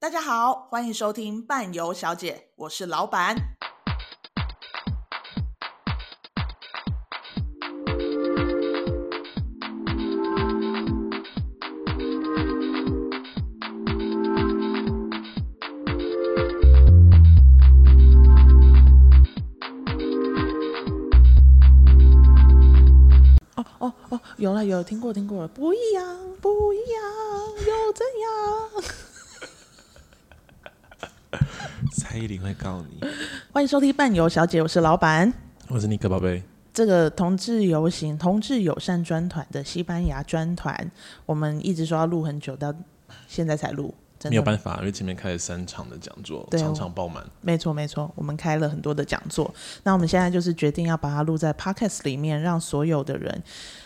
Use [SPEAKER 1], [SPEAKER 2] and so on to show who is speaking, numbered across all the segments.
[SPEAKER 1] 大家好，欢迎收听伴游小姐，我是老板。哦哦哦，有了有了听过听过了，不一样不一样又怎样？
[SPEAKER 2] 蔡依林会告你。
[SPEAKER 1] 欢迎收听伴游小姐，我是老板。
[SPEAKER 2] 我是尼克宝贝，
[SPEAKER 1] 这个同志游行、同志友善专团的西班牙专团，我们一直说要录很久，到现在才录，真
[SPEAKER 2] 没有
[SPEAKER 1] 的
[SPEAKER 2] 办法，因为前面开了三场的讲座，
[SPEAKER 1] 对哦
[SPEAKER 2] 场场爆满。
[SPEAKER 1] 没错没错，我们开了很多的讲座，那我们现在就是决定要把它录在 podcast 里面，让所有的人，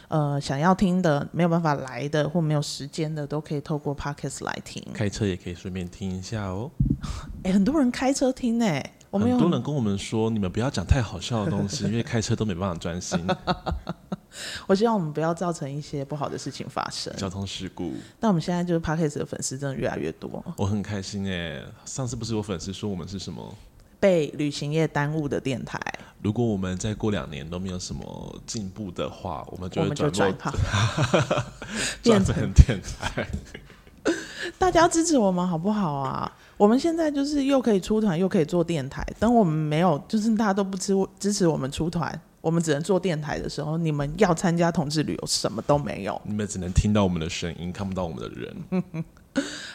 [SPEAKER 1] 呃，想要听的、没有办法来的或没有时间的，都可以透过 podcast 来听。
[SPEAKER 2] 开车也可以顺便听一下哦。
[SPEAKER 1] 哎，很多人开车听呢，我们有
[SPEAKER 2] 很多人跟我们说，你们不要讲太好笑的东 西，因为开车都没办法专心，
[SPEAKER 1] 我希望我们不要造成一些不好的事情发生。
[SPEAKER 2] 交通事故。
[SPEAKER 1] 那我们现在就是 podcast 的粉丝真的越来越多，
[SPEAKER 2] 我很开心哎，上次不是有粉丝说我们是什么？
[SPEAKER 1] 被旅行业耽误的电台，
[SPEAKER 2] 如果我们再过两年都没有什么进步的话，我们就
[SPEAKER 1] 我
[SPEAKER 2] 会
[SPEAKER 1] 们就
[SPEAKER 2] 转
[SPEAKER 1] 转行，
[SPEAKER 2] 落
[SPEAKER 1] 变
[SPEAKER 2] 专
[SPEAKER 1] 成
[SPEAKER 2] 门电台。
[SPEAKER 1] 大家支持我们好不好啊？我们现在就是又可以出团，又可以做电台。等我们没有，就是大家都不支支持我们出团，我们只能做电台的时候，你们要参加同志旅游，什么都没有。
[SPEAKER 2] 你们只能听到我们的声音，看不到我们的人。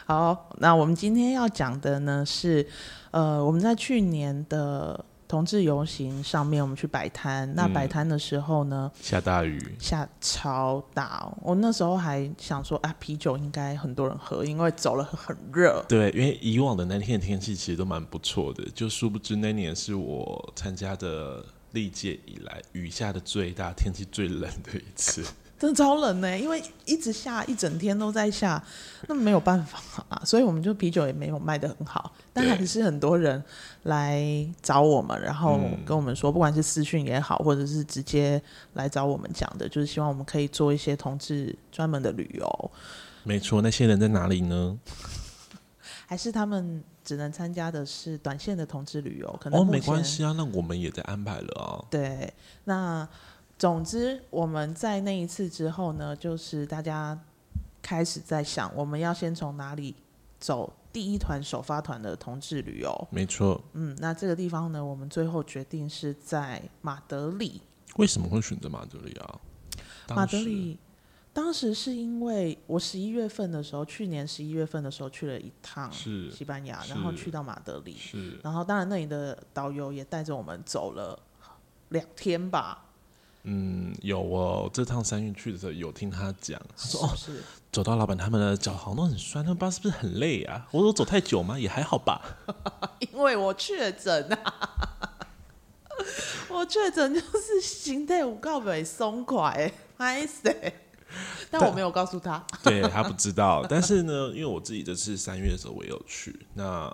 [SPEAKER 1] 好，那我们今天要讲的呢是，呃，我们在去年的同志游行上面，我们去摆摊。那摆摊的时候呢，
[SPEAKER 2] 下大雨，
[SPEAKER 1] 下超大、哦，我那时候还想说啊，啤酒应该很多人喝，因为走了很热。
[SPEAKER 2] 对，因为以往的那天的天气其实都蛮不错的，就殊不知那年是我参加的历届以来雨下的最大、天气最冷的一 次。
[SPEAKER 1] 真的超冷呢、因为一直下，一整天都在下，那没有办法啊，所以我们就啤酒也没有卖的很好，但
[SPEAKER 2] 对
[SPEAKER 1] 还是很多人来找我们，然后
[SPEAKER 2] 嗯
[SPEAKER 1] 跟我们说，不管是私讯也好，或者是直接来找我们讲的，就是希望我们可以做一些同志专门的旅游，
[SPEAKER 2] 没错，那些人在哪里呢？
[SPEAKER 1] 还是他们只能参加的是短线的同志旅游，可能
[SPEAKER 2] 哦，
[SPEAKER 1] 目
[SPEAKER 2] 没
[SPEAKER 1] 前
[SPEAKER 2] 关系啊，那我们也在安排了啊。
[SPEAKER 1] 对，那总之我们在那一次之后呢，就是大家开始在想，我们要先从哪里走第一团首发团的同志旅游。
[SPEAKER 2] 没错，
[SPEAKER 1] 嗯，那这个地方呢，我们最后决定是在马德里。
[SPEAKER 2] 为什么会选择马德里啊？
[SPEAKER 1] 马
[SPEAKER 2] 当
[SPEAKER 1] 德
[SPEAKER 2] 时
[SPEAKER 1] 里当时是因为我十一月份的时候，去年十一月份的时候去了一趟
[SPEAKER 2] 是
[SPEAKER 1] 西班牙，然后
[SPEAKER 2] 是
[SPEAKER 1] 去到马德里，
[SPEAKER 2] 是
[SPEAKER 1] 然后当然那里的导游也带着我们走了两天吧，
[SPEAKER 2] 嗯，有哦，这趟三月去的时候有听他讲，他
[SPEAKER 1] 是
[SPEAKER 2] 说哦，
[SPEAKER 1] 不是？
[SPEAKER 2] 走到老板他们的脚好像都很酸，他们不知道是不是很累啊？我说走太久吗？也还好吧。
[SPEAKER 1] 因为我确诊啊， 我确诊就是心态有告北松垮哎，嗨死！但我没有告诉他，
[SPEAKER 2] 对他不知道，但是呢，因为我自己这次三月的时候我也有去。那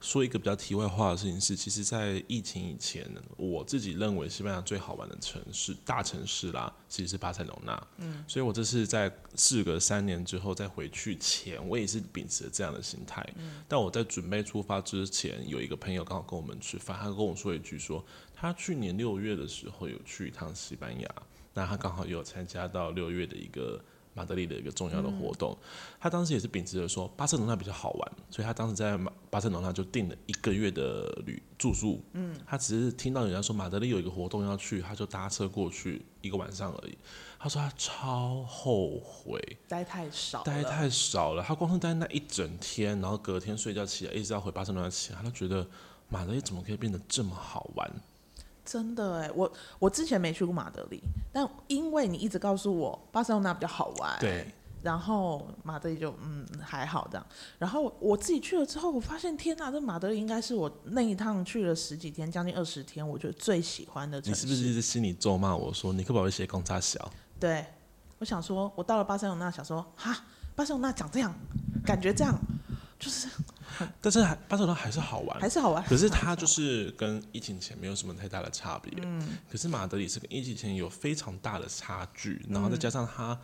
[SPEAKER 2] 说一个比较题外话的事情是，其实，在疫情以前，我自己认为西班牙最好玩的城市大城市啦，其实是巴塞隆纳。嗯，所以我这次在事隔三年之后再回去前，我也是秉持着这样的心态。但我在准备出发之前，有一个朋友刚好跟我们吃饭，他跟我说一句说，他去年六月的时候有去一趟西班牙，那他刚好也有参加到六月的一个马德里的一个重要的活动。他当时也是秉持着说巴塞罗那比较好玩，所以他当时在马巴塞罗那就订了一个月的旅住宿。嗯，他只是听到人家说马德里有一个活动要去，他就搭车过去一个晚上而已。他说他超后悔，
[SPEAKER 1] 待太少了，
[SPEAKER 2] 待太少了。他光是待那一整天，然后隔天睡觉起来，一直到回巴塞罗那起来，他就觉得马德里怎么可以变得这么好玩？
[SPEAKER 1] 真的哎，我我之前没去过马德里，但因为你一直告诉我巴塞罗那比较好玩，
[SPEAKER 2] 对，
[SPEAKER 1] 然后马德里就嗯还好这样，然后我自己去了之后，我发现天呐，这马德里应该是我那一趟去了十几天，将近二十天，我觉得最喜欢的城
[SPEAKER 2] 你
[SPEAKER 1] 市。
[SPEAKER 2] 是不是一直心里咒骂我说你可不可以写公差小？
[SPEAKER 1] 对，我想说，我到了巴塞罗那，想说，哈，巴塞罗那长这样，感觉这样，就是
[SPEAKER 2] 但是还巴塞罗那还是好玩，
[SPEAKER 1] 还是好玩。
[SPEAKER 2] 可是它就是跟疫情前没有什么太大的差别。可是马德里是跟疫情前有非常大的差距，然后再加上它。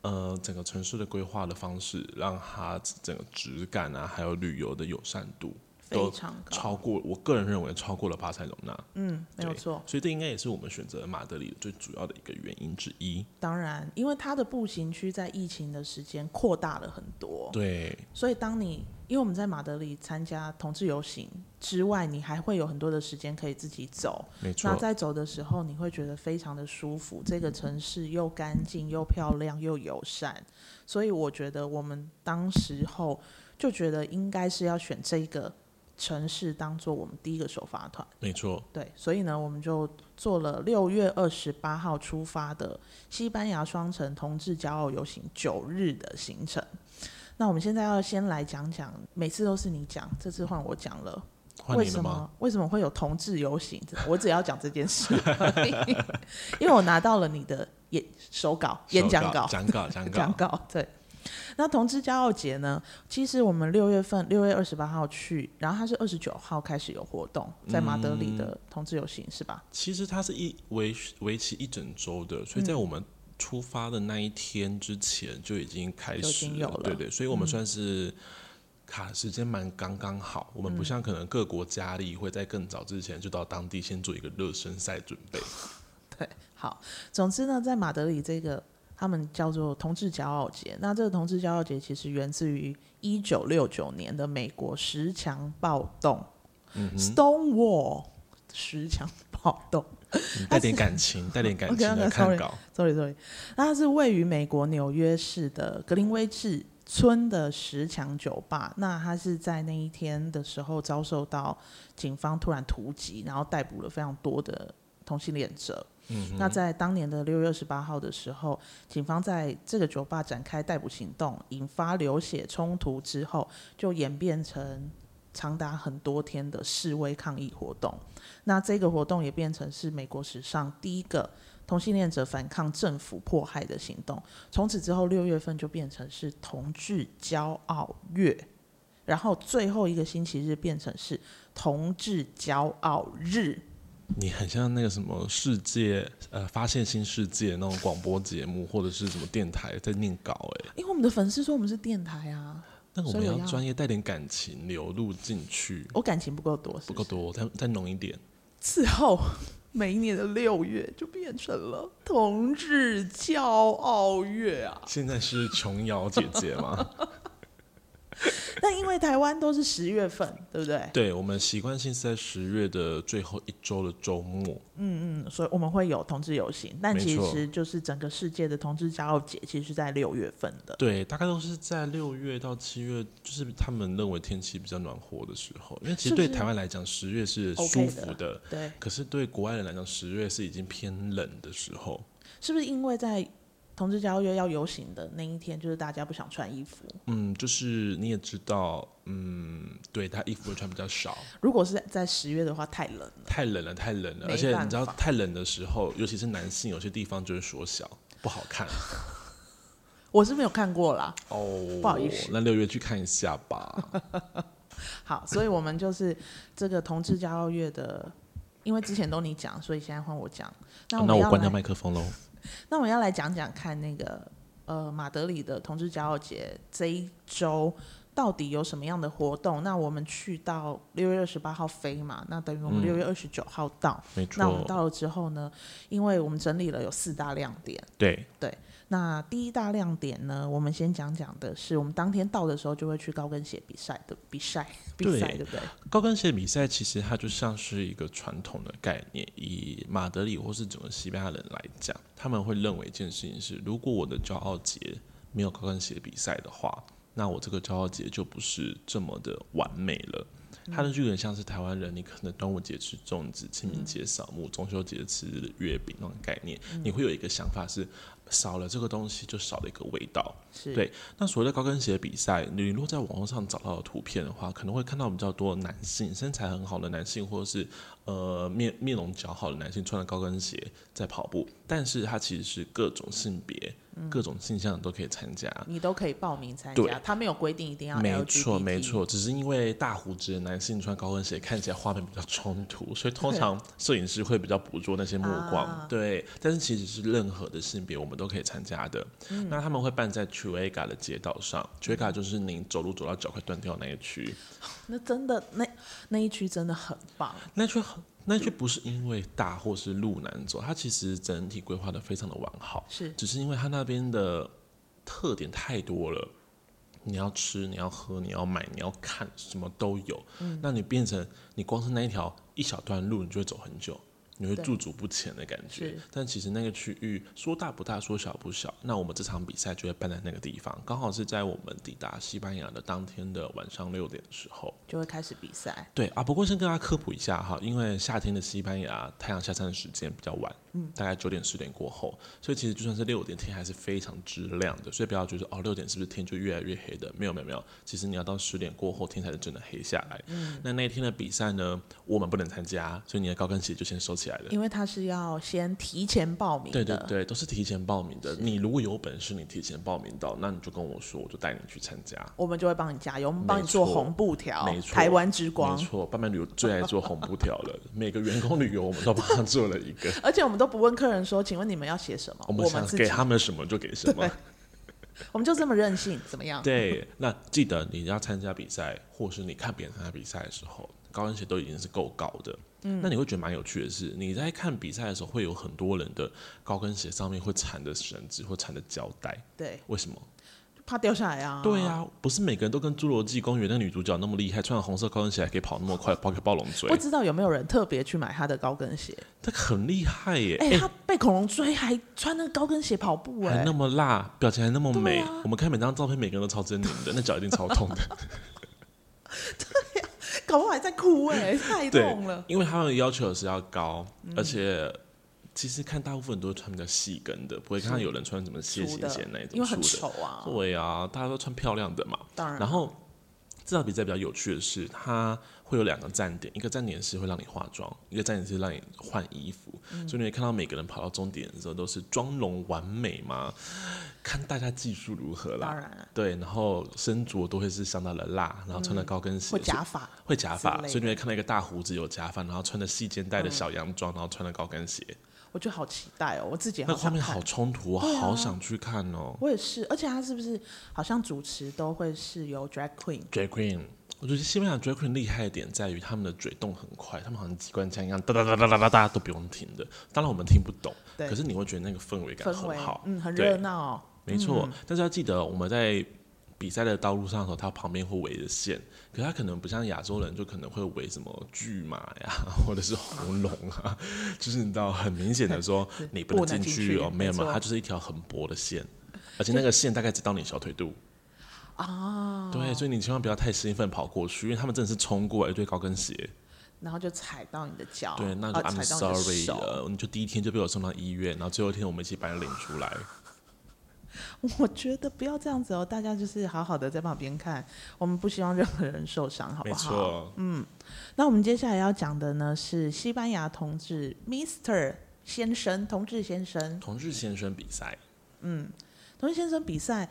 [SPEAKER 2] 呃整个城市的规划的方式，让它整个质感啊，还有旅游的友善度
[SPEAKER 1] 非
[SPEAKER 2] 都
[SPEAKER 1] 常高，
[SPEAKER 2] 超过，我个人认为超过了巴塞隆纳，
[SPEAKER 1] 嗯，没有错。
[SPEAKER 2] 所以这应该也是我们选择马德里最主要的一个原因之一。
[SPEAKER 1] 当然，因为它的步行区在疫情的时间扩大了很多，
[SPEAKER 2] 对，
[SPEAKER 1] 所以当你因为我们在马德里参加同志游行之外，你还会有很多的时间可以自己走。
[SPEAKER 2] 没
[SPEAKER 1] 那
[SPEAKER 2] 错，
[SPEAKER 1] 在走的时候，你会觉得非常的舒服，这个城市又干净又漂亮又友善，所以我觉得我们当时候就觉得应该是要选这个城市当做我们第一个首发团。
[SPEAKER 2] 没错。
[SPEAKER 1] 对，所以呢，我们就做了六月二十八号出发的西班牙双城同志骄傲游行九日的行程。那我们现在要先来讲讲，每次都是你讲，这次换我讲了。
[SPEAKER 2] 换
[SPEAKER 1] 为
[SPEAKER 2] 你了
[SPEAKER 1] 什
[SPEAKER 2] 吗？
[SPEAKER 1] 么为什么会有同志游行？我只要讲这 件事 而已，因为我拿到了你的演手稿、演讲稿、
[SPEAKER 2] 讲稿、讲
[SPEAKER 1] 讲
[SPEAKER 2] 稿，
[SPEAKER 1] 稿。对，那同志骄傲节呢？其实我们六月份六月二十八号去，然后它是二十九号开始有活动，在马德里
[SPEAKER 2] 嗯
[SPEAKER 1] 的同志游行、是吧？
[SPEAKER 2] 其实它是一为为期一整周的，所以在我们出发的那一天之前就已经开
[SPEAKER 1] 就已
[SPEAKER 2] 始
[SPEAKER 1] 经有了嗯
[SPEAKER 2] 对对，所以我们算是卡时间蛮刚刚好。我们不像可能各国佳丽会在更早之前就到当地先做一个热身赛准备。
[SPEAKER 1] 对，好，总之呢，在马德里这个他们叫做同志骄傲节。那这个同志骄傲节其实源自于一九六九年的美国十强暴动、s t o n e Wall 十强暴动。
[SPEAKER 2] 你带点 感情，带点感情
[SPEAKER 1] OK，OK，
[SPEAKER 2] 来
[SPEAKER 1] 嗯
[SPEAKER 2] 看
[SPEAKER 1] sorry
[SPEAKER 2] 稿。
[SPEAKER 1] sorry sorry，那它是位于美国纽约市的格林威治村的十强酒吧。那它是在那一天的时候遭受到警方突然突击，然后逮捕了非常多的同性恋者。
[SPEAKER 2] 嗯
[SPEAKER 1] 那在当年的六月二十八号的时候，警方在这个酒吧展开逮捕行动，引发流血冲突之后，就演变成长达很多天的示威抗议活动。那这个活动也变成是美国史上第一个同性恋者反抗政府迫害的行动。从此之后，六月份就变成是同志骄傲月，然后最后一个星期日变成是同志骄傲日。
[SPEAKER 2] 你很像那个什么世界呃发现新世界那种广播节目或者是什么电台在念稿哎、
[SPEAKER 1] 因为我们的粉丝说我们是电台啊，
[SPEAKER 2] 但我
[SPEAKER 1] 所
[SPEAKER 2] 们
[SPEAKER 1] 以我
[SPEAKER 2] 要
[SPEAKER 1] 要
[SPEAKER 2] 专业带点感情流入进去，
[SPEAKER 1] 我感情不够多，
[SPEAKER 2] 不
[SPEAKER 1] 是不
[SPEAKER 2] 够
[SPEAKER 1] 是？
[SPEAKER 2] 多，再再浓一点。
[SPEAKER 1] 此后每一年的六月就变成了同志骄傲月 啊。
[SPEAKER 2] 现在是琼瑶姐姐吗？
[SPEAKER 1] 但因为台湾都是十月份，对不对？
[SPEAKER 2] 对，我们习惯性是在十月的最后一周的周末，
[SPEAKER 1] 嗯，所以我们会有同志游行，但
[SPEAKER 2] 没
[SPEAKER 1] 其
[SPEAKER 2] 错
[SPEAKER 1] 实就是整个世界的同志骄傲节，其实是在六月份的。
[SPEAKER 2] 对，大概都是在六月到七月，就是他们认为天气比较暖和的时候。因为其
[SPEAKER 1] 是
[SPEAKER 2] 实
[SPEAKER 1] 不
[SPEAKER 2] 对
[SPEAKER 1] 是
[SPEAKER 2] 台湾来讲，十月是
[SPEAKER 1] OK
[SPEAKER 2] 舒
[SPEAKER 1] 的
[SPEAKER 2] 服的，
[SPEAKER 1] 对，
[SPEAKER 2] 可是对国外人来讲，十月是已经偏冷的时候。
[SPEAKER 1] 是不是因为在同志骄傲月要游行的那一天，就是大家不想穿衣服？
[SPEAKER 2] 嗯，就是你也知道，嗯，对他衣服会穿比较少，
[SPEAKER 1] 如果是在十月的话，太冷了。
[SPEAKER 2] 太冷了，太冷了，
[SPEAKER 1] 没
[SPEAKER 2] 而且
[SPEAKER 1] 办
[SPEAKER 2] 你知道，
[SPEAKER 1] 法
[SPEAKER 2] 太冷的时候，尤其是男性，有些地方就会缩小，不好看。
[SPEAKER 1] 我是没有看过啦，
[SPEAKER 2] 哦，
[SPEAKER 1] 不好意思
[SPEAKER 2] 那六月去看一下吧。
[SPEAKER 1] 好，所以我们就是这个同志骄傲月的，因为之前都你讲，所以现在换我讲。 那我
[SPEAKER 2] 哦那
[SPEAKER 1] 们
[SPEAKER 2] 我
[SPEAKER 1] 要
[SPEAKER 2] 关掉
[SPEAKER 1] 来，
[SPEAKER 2] 麦克风喽。
[SPEAKER 1] 那我们要来讲讲看那个呃马德里的同志骄傲节这一周到底有什么样的活动？那我们去到六月二十八号飞嘛，那等于我们
[SPEAKER 2] 嗯
[SPEAKER 1] 六月二十九号到。
[SPEAKER 2] 没
[SPEAKER 1] 那我们
[SPEAKER 2] 错，
[SPEAKER 1] 到了之后呢，因为我们整理了有四大亮点。
[SPEAKER 2] 对，
[SPEAKER 1] 那第一大亮点呢，我们先讲讲的是，我们当天到的时候就会去高跟鞋比赛的比赛比赛，
[SPEAKER 2] 对
[SPEAKER 1] 对不对？
[SPEAKER 2] 高跟鞋比赛其实它就像是一个传统的概念，以马德里或是整个西班牙人来讲，他们会认为一件事情是，如果我的骄傲节没有高跟鞋比赛的话，那我这个骄傲节就不是这么的完美了。
[SPEAKER 1] 嗯
[SPEAKER 2] 它的就有点像是台湾人，你可能端午节吃粽子，清明节扫墓，中秋节吃月饼那种概念，
[SPEAKER 1] 嗯
[SPEAKER 2] 你会有一个想法是，少了这个东西就少了一个味道。
[SPEAKER 1] 是，
[SPEAKER 2] 对那所谓的高跟鞋比赛，你如果在网络上找到的图片的话，可能会看到比较多男性身材很好的男性，或者是呃面面容姣好的男性穿着高跟鞋在跑步，但是它其实是各种性别、各种性向都可以参加。
[SPEAKER 1] 你都可以报名参
[SPEAKER 2] 对
[SPEAKER 1] 加，他没有规定一定要 LGBT。
[SPEAKER 2] 没错，没错，只是因为大胡子的男性穿高跟鞋看起来画面比较冲突，所以通常摄影师会比较捕捉那些目光。
[SPEAKER 1] 啊
[SPEAKER 2] 对，但是其实是任何的性别我们都可以参加的。那他们会办在 Chuega 的街道上，Chuega 就是你走路走到脚快断掉的那一区。
[SPEAKER 1] 那真的那那一区真的很棒，
[SPEAKER 2] 那却很，那却不是因为大或是路难走，它其实整体规划的非常的完好，
[SPEAKER 1] 是
[SPEAKER 2] 只是因为它那边的特点太多了。你要吃，你要喝，你要买，你要看，什么都有。
[SPEAKER 1] 嗯
[SPEAKER 2] 那你变成你光是那一条一小段路，你就会走很久，你会
[SPEAKER 1] 对
[SPEAKER 2] 驻足不前的感觉
[SPEAKER 1] 是。
[SPEAKER 2] 但其实那个区域说大不大，说小不小。那我们这场比赛就会办在那个地方，刚好是在我们抵达西班牙的当天的晚上六点的时候。
[SPEAKER 1] 就会开始比赛。
[SPEAKER 2] 对啊，不过先跟大家科普一下哈，因为夏天的西班牙太阳下山的时间比较晚，嗯，大概九点十点过后，所以其实就算是六点天还是非常之亮的，所以不要觉得哦六点是不是天就越来越黑的？没有没有没有，其实你要到十点过后天才是真的黑下来。嗯，那那一天的比赛呢，我们不能参加，所以你的高跟鞋就先收起来了。
[SPEAKER 1] 因为他是要先提前报名的，
[SPEAKER 2] 对对对，都是提前报名的。你如果有本事，你提前报名到，那你就跟我说，我就带你去参加。
[SPEAKER 1] 我们就会帮你加油，我们帮你
[SPEAKER 2] 没
[SPEAKER 1] 做
[SPEAKER 2] 错
[SPEAKER 1] 红布条
[SPEAKER 2] 没，错
[SPEAKER 1] 台湾之光
[SPEAKER 2] 没，错，伴伴旅游最爱做红布条了，每个员工旅游我们都帮他做了一个。
[SPEAKER 1] 而且我们都不问客人说，请问你们要写什么？
[SPEAKER 2] 我
[SPEAKER 1] 我
[SPEAKER 2] 们想
[SPEAKER 1] 自
[SPEAKER 2] 给
[SPEAKER 1] 己，
[SPEAKER 2] 他们什么就给什么。
[SPEAKER 1] 我们就这么任性，怎么样？
[SPEAKER 2] 对，那记得你要参加比赛，或是你看别人参加比赛的时候，高跟鞋都已经是够高的。嗯，那你会觉得蛮有趣的是，你在看比赛的时候，会有很多人的高跟鞋上面会缠着绳子或缠着胶带，
[SPEAKER 1] 对，
[SPEAKER 2] 为什么？
[SPEAKER 1] 怕掉下来啊。
[SPEAKER 2] 对，啊，不是每个人都跟《侏罗纪公园》那个女主角那么厉害，穿红色高跟鞋还可以跑那么快，跑个暴龙追
[SPEAKER 1] 不，知道有没有人特别去买他的高跟鞋？
[SPEAKER 2] 她很厉害耶！
[SPEAKER 1] 哎、他被恐龙追还穿那个高跟鞋跑步、
[SPEAKER 2] 还
[SPEAKER 1] 哎
[SPEAKER 2] 那，么辣，表情还那么美。
[SPEAKER 1] 啊
[SPEAKER 2] 我们看每张照片，每个人都超狰狞的，那脚一定超痛的。
[SPEAKER 1] 搞不好还在哭、哎，太
[SPEAKER 2] 对
[SPEAKER 1] 痛了。嗯
[SPEAKER 2] 因为他们的要求是要高，而且其实看大部分人都穿比较细跟的，不会看到有人穿什么
[SPEAKER 1] 粗
[SPEAKER 2] 楔形
[SPEAKER 1] 的
[SPEAKER 2] 鞋那一种粗的，
[SPEAKER 1] 因为很丑啊，嗯
[SPEAKER 2] 对啊，大家都穿漂亮的嘛。
[SPEAKER 1] 当然
[SPEAKER 2] 然后这场比赛比较有趣的是，它会有两个站点，一个站点是会让你化妆，一个站点是让你换衣服，
[SPEAKER 1] 嗯
[SPEAKER 2] 所以你会看到每个人跑到终点的时候都是妆容完美嘛，看大家技术如何
[SPEAKER 1] 当
[SPEAKER 2] 啦。
[SPEAKER 1] 然了
[SPEAKER 2] 对，然后身着都会是相当的辣，然后
[SPEAKER 1] 嗯
[SPEAKER 2] 穿的高跟鞋，
[SPEAKER 1] 会假发，
[SPEAKER 2] 会假发
[SPEAKER 1] 之类，的嗯
[SPEAKER 2] 所以你会看到一个大胡子有假发，然后穿着细肩带的小洋装，然后穿着高跟鞋，
[SPEAKER 1] 我觉得好期待哦，我自己好
[SPEAKER 2] 那个画
[SPEAKER 1] 想
[SPEAKER 2] 面
[SPEAKER 1] 看
[SPEAKER 2] 好。冲突，我
[SPEAKER 1] 对啊
[SPEAKER 2] 好想去看哦。
[SPEAKER 1] 我也是，而且他是不是好像主持都会是由 drag queen？
[SPEAKER 2] Drag Queen，我觉得西班牙 Drag Queen 厉害的点在于他们的嘴动很快，他们好像机关枪一样，哒哒哒哒哒哒哒都不用停的。当然我们听不懂，
[SPEAKER 1] 对
[SPEAKER 2] 可是你会觉得那个氛围
[SPEAKER 1] 氛
[SPEAKER 2] 感很
[SPEAKER 1] 围
[SPEAKER 2] 好，，
[SPEAKER 1] 嗯，很
[SPEAKER 2] 对
[SPEAKER 1] 热闹。
[SPEAKER 2] 没错，
[SPEAKER 1] 嗯
[SPEAKER 2] 但是要记得我们在比赛的道路上的时候，它旁边会围着线，可它可能不像亚洲人，就可能会围什么巨马呀， 或者是红龙啊， 就是你知道很明显的说你不能进
[SPEAKER 1] 不能进去
[SPEAKER 2] 去哦，没有没
[SPEAKER 1] 没
[SPEAKER 2] 有，
[SPEAKER 1] 错
[SPEAKER 2] 它就是一条很薄的线，而且那个线大概只到你小腿肚。
[SPEAKER 1] 啊，
[SPEAKER 2] 对，所以你千万不要太兴奋跑过去，因为他们真的是冲过来一对高跟鞋，
[SPEAKER 1] 然后就踩到你的脚，
[SPEAKER 2] 对，那就
[SPEAKER 1] 啊
[SPEAKER 2] I'm
[SPEAKER 1] 踩到你的
[SPEAKER 2] sorry 呃
[SPEAKER 1] 手
[SPEAKER 2] 了，你就第一天就被我送到医院，然后最后一天我们一起把你领出来。
[SPEAKER 1] 我觉得不要这样子哦，大家就是好好的在旁边看，我们不希望任何人受伤，好
[SPEAKER 2] 没
[SPEAKER 1] 不好？
[SPEAKER 2] 错，
[SPEAKER 1] 那我们接下来要讲的呢是西班牙同志 Mister 先生，同志先生，
[SPEAKER 2] 同志先生比赛。
[SPEAKER 1] 同志先生比赛。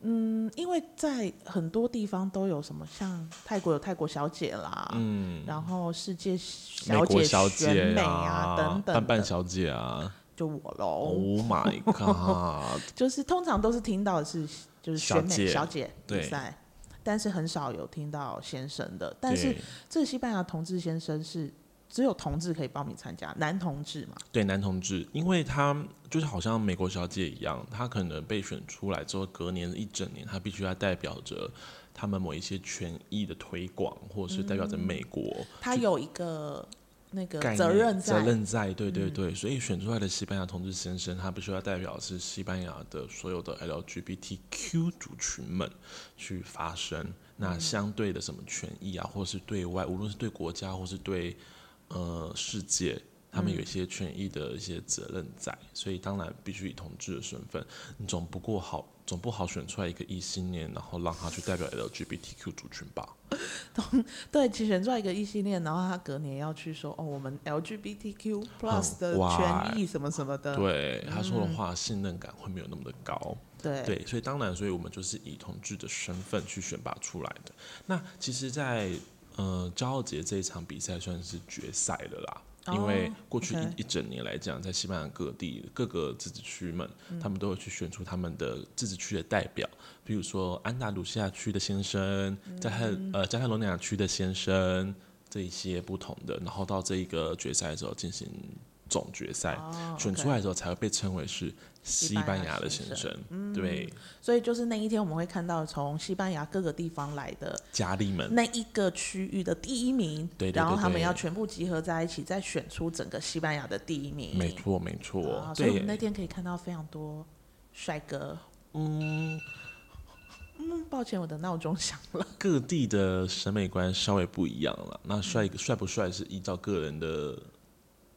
[SPEAKER 1] 嗯，因为在很多地方都有什么，像泰国有泰国小姐啦，嗯，然后世界
[SPEAKER 2] 美
[SPEAKER 1] 小
[SPEAKER 2] 国
[SPEAKER 1] 姐
[SPEAKER 2] 小
[SPEAKER 1] 选
[SPEAKER 2] 姐
[SPEAKER 1] 美啊等等
[SPEAKER 2] 半半
[SPEAKER 1] 的哦
[SPEAKER 2] 小姐啊
[SPEAKER 1] 就我喽。
[SPEAKER 2] ，Oh my god！
[SPEAKER 1] 就是通常都是听到的是就是选
[SPEAKER 2] 小姐
[SPEAKER 1] 美小姐
[SPEAKER 2] 对
[SPEAKER 1] 比赛，但是很少有听到先生的。但是
[SPEAKER 2] 对
[SPEAKER 1] 这个西班牙同志先生是只有同志可以报名参加，男同志嘛，
[SPEAKER 2] 对，男同志，因为他就是好像美国小姐一样，他可能被选出来之后，隔年一整年，他必须要代表着他们某一些权益的推广，或者是代表
[SPEAKER 1] 嗯
[SPEAKER 2] 着美国。
[SPEAKER 1] 他有一个那个
[SPEAKER 2] 概念
[SPEAKER 1] 责任在，嗯
[SPEAKER 2] 责任在，对对对，所以选出来的西班牙同志先生，他必须要代表是西班牙的所有的 LGBTQ 族群们去发声。
[SPEAKER 1] 嗯
[SPEAKER 2] 那相对的什么权益啊，或是对外，无论是对国家或是对呃世界，他
[SPEAKER 1] 嗯
[SPEAKER 2] 们有一些权益的一些责任在，所以当然必须以同志的身份，你总不过好总不好选出来一个异性恋，然后让他去代表 LGBTQ 族群吧？
[SPEAKER 1] 对，齐全做一个异性恋，然后他隔年要去说哦，我们 LGBTQ plus 的
[SPEAKER 2] 哇
[SPEAKER 1] 权益什么什么的，
[SPEAKER 2] 对他说
[SPEAKER 1] 嗯
[SPEAKER 2] 的话，信任感会没有那么的高。
[SPEAKER 1] 对
[SPEAKER 2] 对，所以当然，所以我们就是以同志的身份去选拔出来的。那其实在，呃骄傲节这一场比赛算是决赛了啦。因为
[SPEAKER 1] 哦
[SPEAKER 2] 过去一、
[SPEAKER 1] ，OK
[SPEAKER 2] 一整年来讲，在西班牙各地各个自治区们，
[SPEAKER 1] 嗯
[SPEAKER 2] 他们都会去选出他们的自治区的代表，比如说安达卢西亚区的先生，加泰、
[SPEAKER 1] 嗯
[SPEAKER 2] 呃加泰罗尼亚区的先生，这一些不同的，然后到这一个决赛的时候进行总决赛，
[SPEAKER 1] 哦
[SPEAKER 2] 选
[SPEAKER 1] OK
[SPEAKER 2] 出来的时候才会被称为是西班牙的先
[SPEAKER 1] 西班
[SPEAKER 2] 生，对，
[SPEAKER 1] 所以就是那一天我们会看到从西班牙各个地方来的
[SPEAKER 2] 佳丽们，
[SPEAKER 1] 那一个区域的第一名，
[SPEAKER 2] 对对对
[SPEAKER 1] 然后他们
[SPEAKER 2] 对
[SPEAKER 1] 要全部集合在一起，再选出整个西班牙的第一名。
[SPEAKER 2] 没错没错
[SPEAKER 1] 啊，，所以我
[SPEAKER 2] 对
[SPEAKER 1] 们，那天可以看到非常多帅哥。
[SPEAKER 2] 嗯，
[SPEAKER 1] 嗯，抱歉，我的闹钟响了。
[SPEAKER 2] 各地的审美观稍微不一样了。
[SPEAKER 1] 嗯
[SPEAKER 2] 那帅帅不帅是依照个人的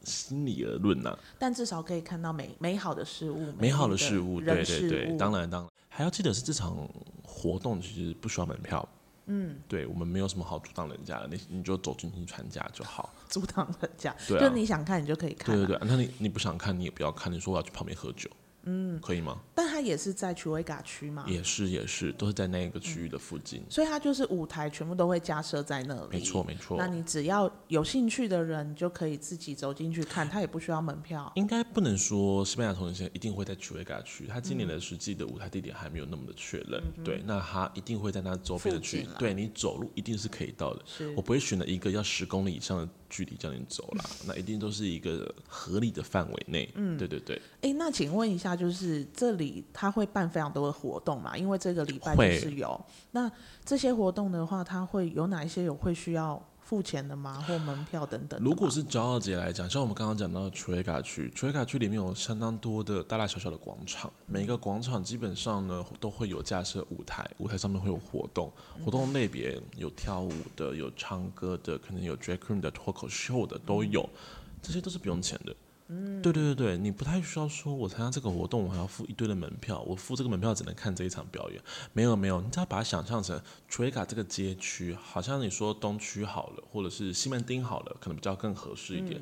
[SPEAKER 2] 心理而论呐、
[SPEAKER 1] 但至少可以看到美美好的事物，
[SPEAKER 2] 美好的
[SPEAKER 1] 丽
[SPEAKER 2] 事物，对
[SPEAKER 1] 人
[SPEAKER 2] 对
[SPEAKER 1] 事
[SPEAKER 2] 对，
[SPEAKER 1] 物
[SPEAKER 2] 当然当然，还要记得是这场活动其实不需要门票。嗯，对我们没有什么好阻挡人家的，你你就走进去参加就好。
[SPEAKER 1] 阻挡人家，
[SPEAKER 2] 对啊
[SPEAKER 1] 就你想看你就可以看、啊
[SPEAKER 2] 对对。对，那你你不想看你也不要看，你说我要去旁边喝酒，嗯，可以吗？
[SPEAKER 1] 但它也是在曲维嘎区嘛，
[SPEAKER 2] 也是也是，都是在那个区域的附近。
[SPEAKER 1] 所以它就是舞台全部都会架设在那里。
[SPEAKER 2] 没错没错
[SPEAKER 1] 那，你只要有兴趣的人，就可以自己走进去看，他也不需要门票。
[SPEAKER 2] 应该不能说西班牙同性恋一定会在曲维嘎区，他今年的实际的舞台地点还没有那么的确认。
[SPEAKER 1] 嗯
[SPEAKER 2] 对，那他一定会在那周边的
[SPEAKER 1] 附
[SPEAKER 2] 区域
[SPEAKER 1] 近啦，
[SPEAKER 2] 对你走路一定是可以到的。
[SPEAKER 1] 是
[SPEAKER 2] 我不会选了一个要十公里以上的距离叫你走啦，那一定都是一个合理的范围内。嗯，对对对，
[SPEAKER 1] 哎，那请问一下，就是这里他会办非常多的活动嘛？因为这个礼拜就
[SPEAKER 2] 会
[SPEAKER 1] 是有。那这些活动的话，他会有哪一些有会需要付钱的吗？或门票等等的吗？
[SPEAKER 2] 如果是骄傲节来讲，像我们刚刚讲到的 Chueca 区，Chueca 区里面有相当多的大大小小的广场，每一个广场基本上呢都会有架设舞台，舞台上面会有活动，
[SPEAKER 1] 嗯
[SPEAKER 2] 活动类别有跳舞的，有唱歌的，可能有 drag queen 的、脱口秀的都有，
[SPEAKER 1] 嗯
[SPEAKER 2] 这些都是不用钱的。嗯，对对对对，你不太需要说，我参加这个活动，我还要付一堆的门票，我付这个门票只能看这一场表演。没有没有，你只要把它想象成 Chueca 这个街区，好像你说东区好了，或者是西门町好了，可能比较更合适一点。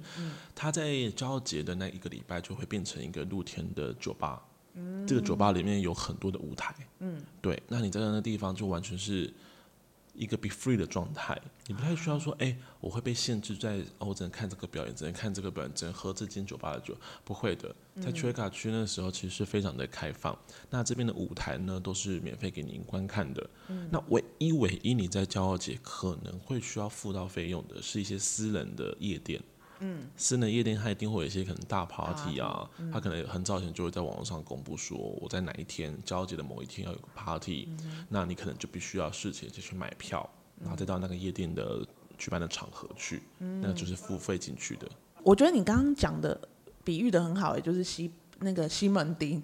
[SPEAKER 2] 它在骄傲节的那一个礼拜就会变成一个露天的酒吧，这个酒吧里面有很多的舞台，嗯，对，那你在那个地方就完全是一个 be free 的状态，你不太需要说，哎、我会被限制在哦，我只能看这个表演，只能看这个表演，只能喝这间酒吧的酒，不会的，在 Cheka 区那时候其实是非常的开放，那这边的舞台呢都是免费给您观看的，那唯一唯一你在骄傲节可能会需要付到费用的是一些私人的夜店。私人夜店它一定会有一些可能大 party 啊，它可能很早以前就会在网络上公布说我在哪一天交接的某一天要有个 party，、那你可能就必须要事前就去买票，然后再到那个夜店的举办的场合去，那就是付费进去的。
[SPEAKER 1] 我觉得你刚刚讲的比喻的很好、欸，也就是西那个西门町，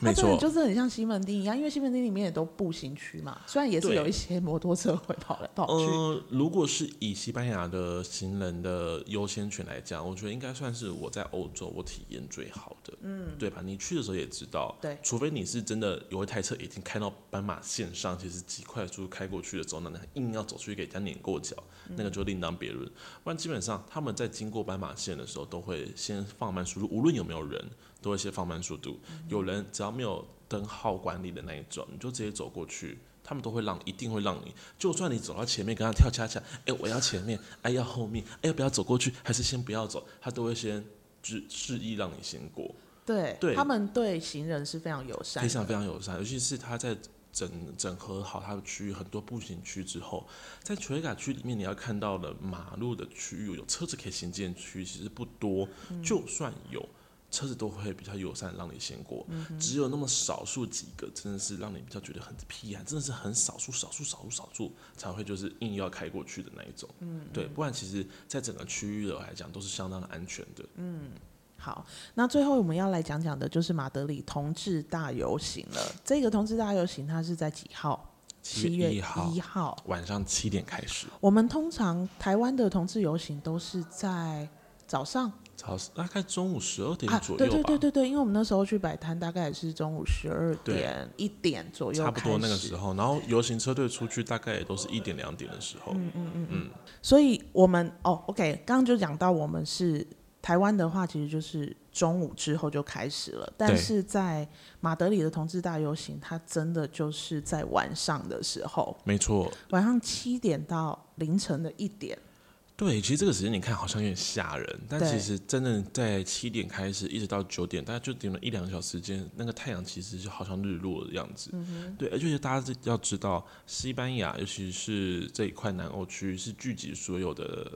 [SPEAKER 1] 它
[SPEAKER 2] 没
[SPEAKER 1] 真的
[SPEAKER 2] 错，
[SPEAKER 1] 就是很像西门町一样，因为西门町里面也都步行区嘛，虽然也是
[SPEAKER 2] 对
[SPEAKER 1] 有一些摩托车会跑来跑去。
[SPEAKER 2] 呃，如果是以西班牙的行人的优先权来讲，我觉得应该算是我在欧洲我体验最好的，嗯，对吧？你去的时候也知道，
[SPEAKER 1] 对
[SPEAKER 2] 除非你是真的有一台车已经开到斑马线上，其实极快的速度开过去的时候，那你硬要走出去给人家碾过脚，
[SPEAKER 1] 嗯
[SPEAKER 2] 那个就另当别论。不然基本上他们在经过斑马线的时候，都会先放慢速度，无论有没有人，都会先放慢速度。
[SPEAKER 1] 嗯
[SPEAKER 2] 有人只要没有灯号管理的那一种，你就直接走过去。他们都会让你，一定会让你。就算你走到前面跟他跳恰恰，哎，我要前面，哎要后面，哎要不要走过去，还是先不要走，他都会先示示意让你先过。
[SPEAKER 1] 对，
[SPEAKER 2] 对
[SPEAKER 1] 他们对行人是非常友善
[SPEAKER 2] 非
[SPEAKER 1] 的，
[SPEAKER 2] 常非常友善，尤其是他在整整合好他的区域很多步行区之后，在垂卡区里面你要看到的马路的区域有车子可以行进的区域其实不多，就算有。车子都会比较友善，让你先过，只有那么少数几个，真的是让你比较觉得很屁啊，真的是很少数、少数、少数、少数才会就是硬要开过去的那一种，嗯，对，不然其实在整个区域的来讲都是相当的安全的，
[SPEAKER 1] 好，那最后我们要来讲讲的就是马德里同志大游行了。这个同志大游行它是在几号？
[SPEAKER 2] 7
[SPEAKER 1] 月
[SPEAKER 2] 月1号
[SPEAKER 1] 一号。
[SPEAKER 2] 晚上七点开始，
[SPEAKER 1] 我们通常台湾的同志游行都是在早上
[SPEAKER 2] 早大概中午十二点
[SPEAKER 1] 啊，
[SPEAKER 2] 左
[SPEAKER 1] 对
[SPEAKER 2] 右吧，
[SPEAKER 1] 对对对对，因为我们那时候去摆摊，大概也是中午十二
[SPEAKER 2] 对
[SPEAKER 1] 点一点左右，
[SPEAKER 2] 差不多那个时。候。然后游行车队出去大概也都是一点两点的时候。
[SPEAKER 1] 嗯所以我们哦，OK，刚刚就讲到我们是台湾的话，其实就是中午之后就开始了，但
[SPEAKER 2] 对
[SPEAKER 1] 是在马德里的同志大游行，它真的就是在晚上的时候，
[SPEAKER 2] 没错，
[SPEAKER 1] 晚上七点到凌晨的一点。
[SPEAKER 2] 对，其实这个时间你看好像有点吓人，但
[SPEAKER 1] 对
[SPEAKER 2] 其实真的在七点开始一直到九点，大概就顶了一两个小时时间，那个太阳其实就好像日落的样子。
[SPEAKER 1] 嗯
[SPEAKER 2] 对，而且大家要知道，西班牙尤其是这一块南欧区是聚集所有的。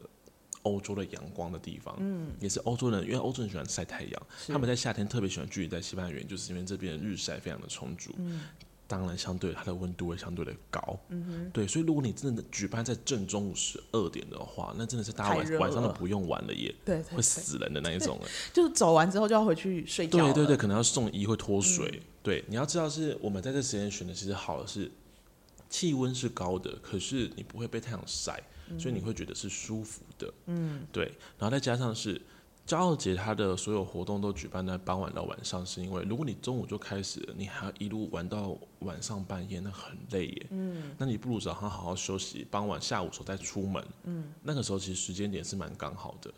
[SPEAKER 2] 欧洲的阳光的地方，嗯，也是欧洲人，因为欧洲人喜欢晒太阳，
[SPEAKER 1] 是
[SPEAKER 2] 他们在夏天特别喜欢聚集在西班牙原因，就是因为这边的日晒非常的充足，
[SPEAKER 1] 嗯
[SPEAKER 2] 当然相对它的温度会相对的高，对，所以如果你真的举办在正中午十二点的话，那真的是大家
[SPEAKER 1] 太热
[SPEAKER 2] 晚晚上都
[SPEAKER 1] 了
[SPEAKER 2] 不用玩了耶，
[SPEAKER 1] 对对
[SPEAKER 2] 会
[SPEAKER 1] 对
[SPEAKER 2] 死人的那 一种哎。
[SPEAKER 1] 就是走完之后就要回去睡觉
[SPEAKER 2] 对
[SPEAKER 1] 了。
[SPEAKER 2] 对对，可能要送医会脱水。对，你要知道是我们在这时间选的，其实好的是气温是高的，可是你不会被太阳晒，所以你会觉得是舒服的。嗯，对，然后再加上是。骄傲节它的所有活动都举办在傍晚到晚上，是因为如果你中午就开始了，你还要一路玩到晚上半夜，那很累耶。嗯，那你不如早上好好休息，傍晚下午的时候再出门。嗯，那个时候其实时间点是蛮刚好的。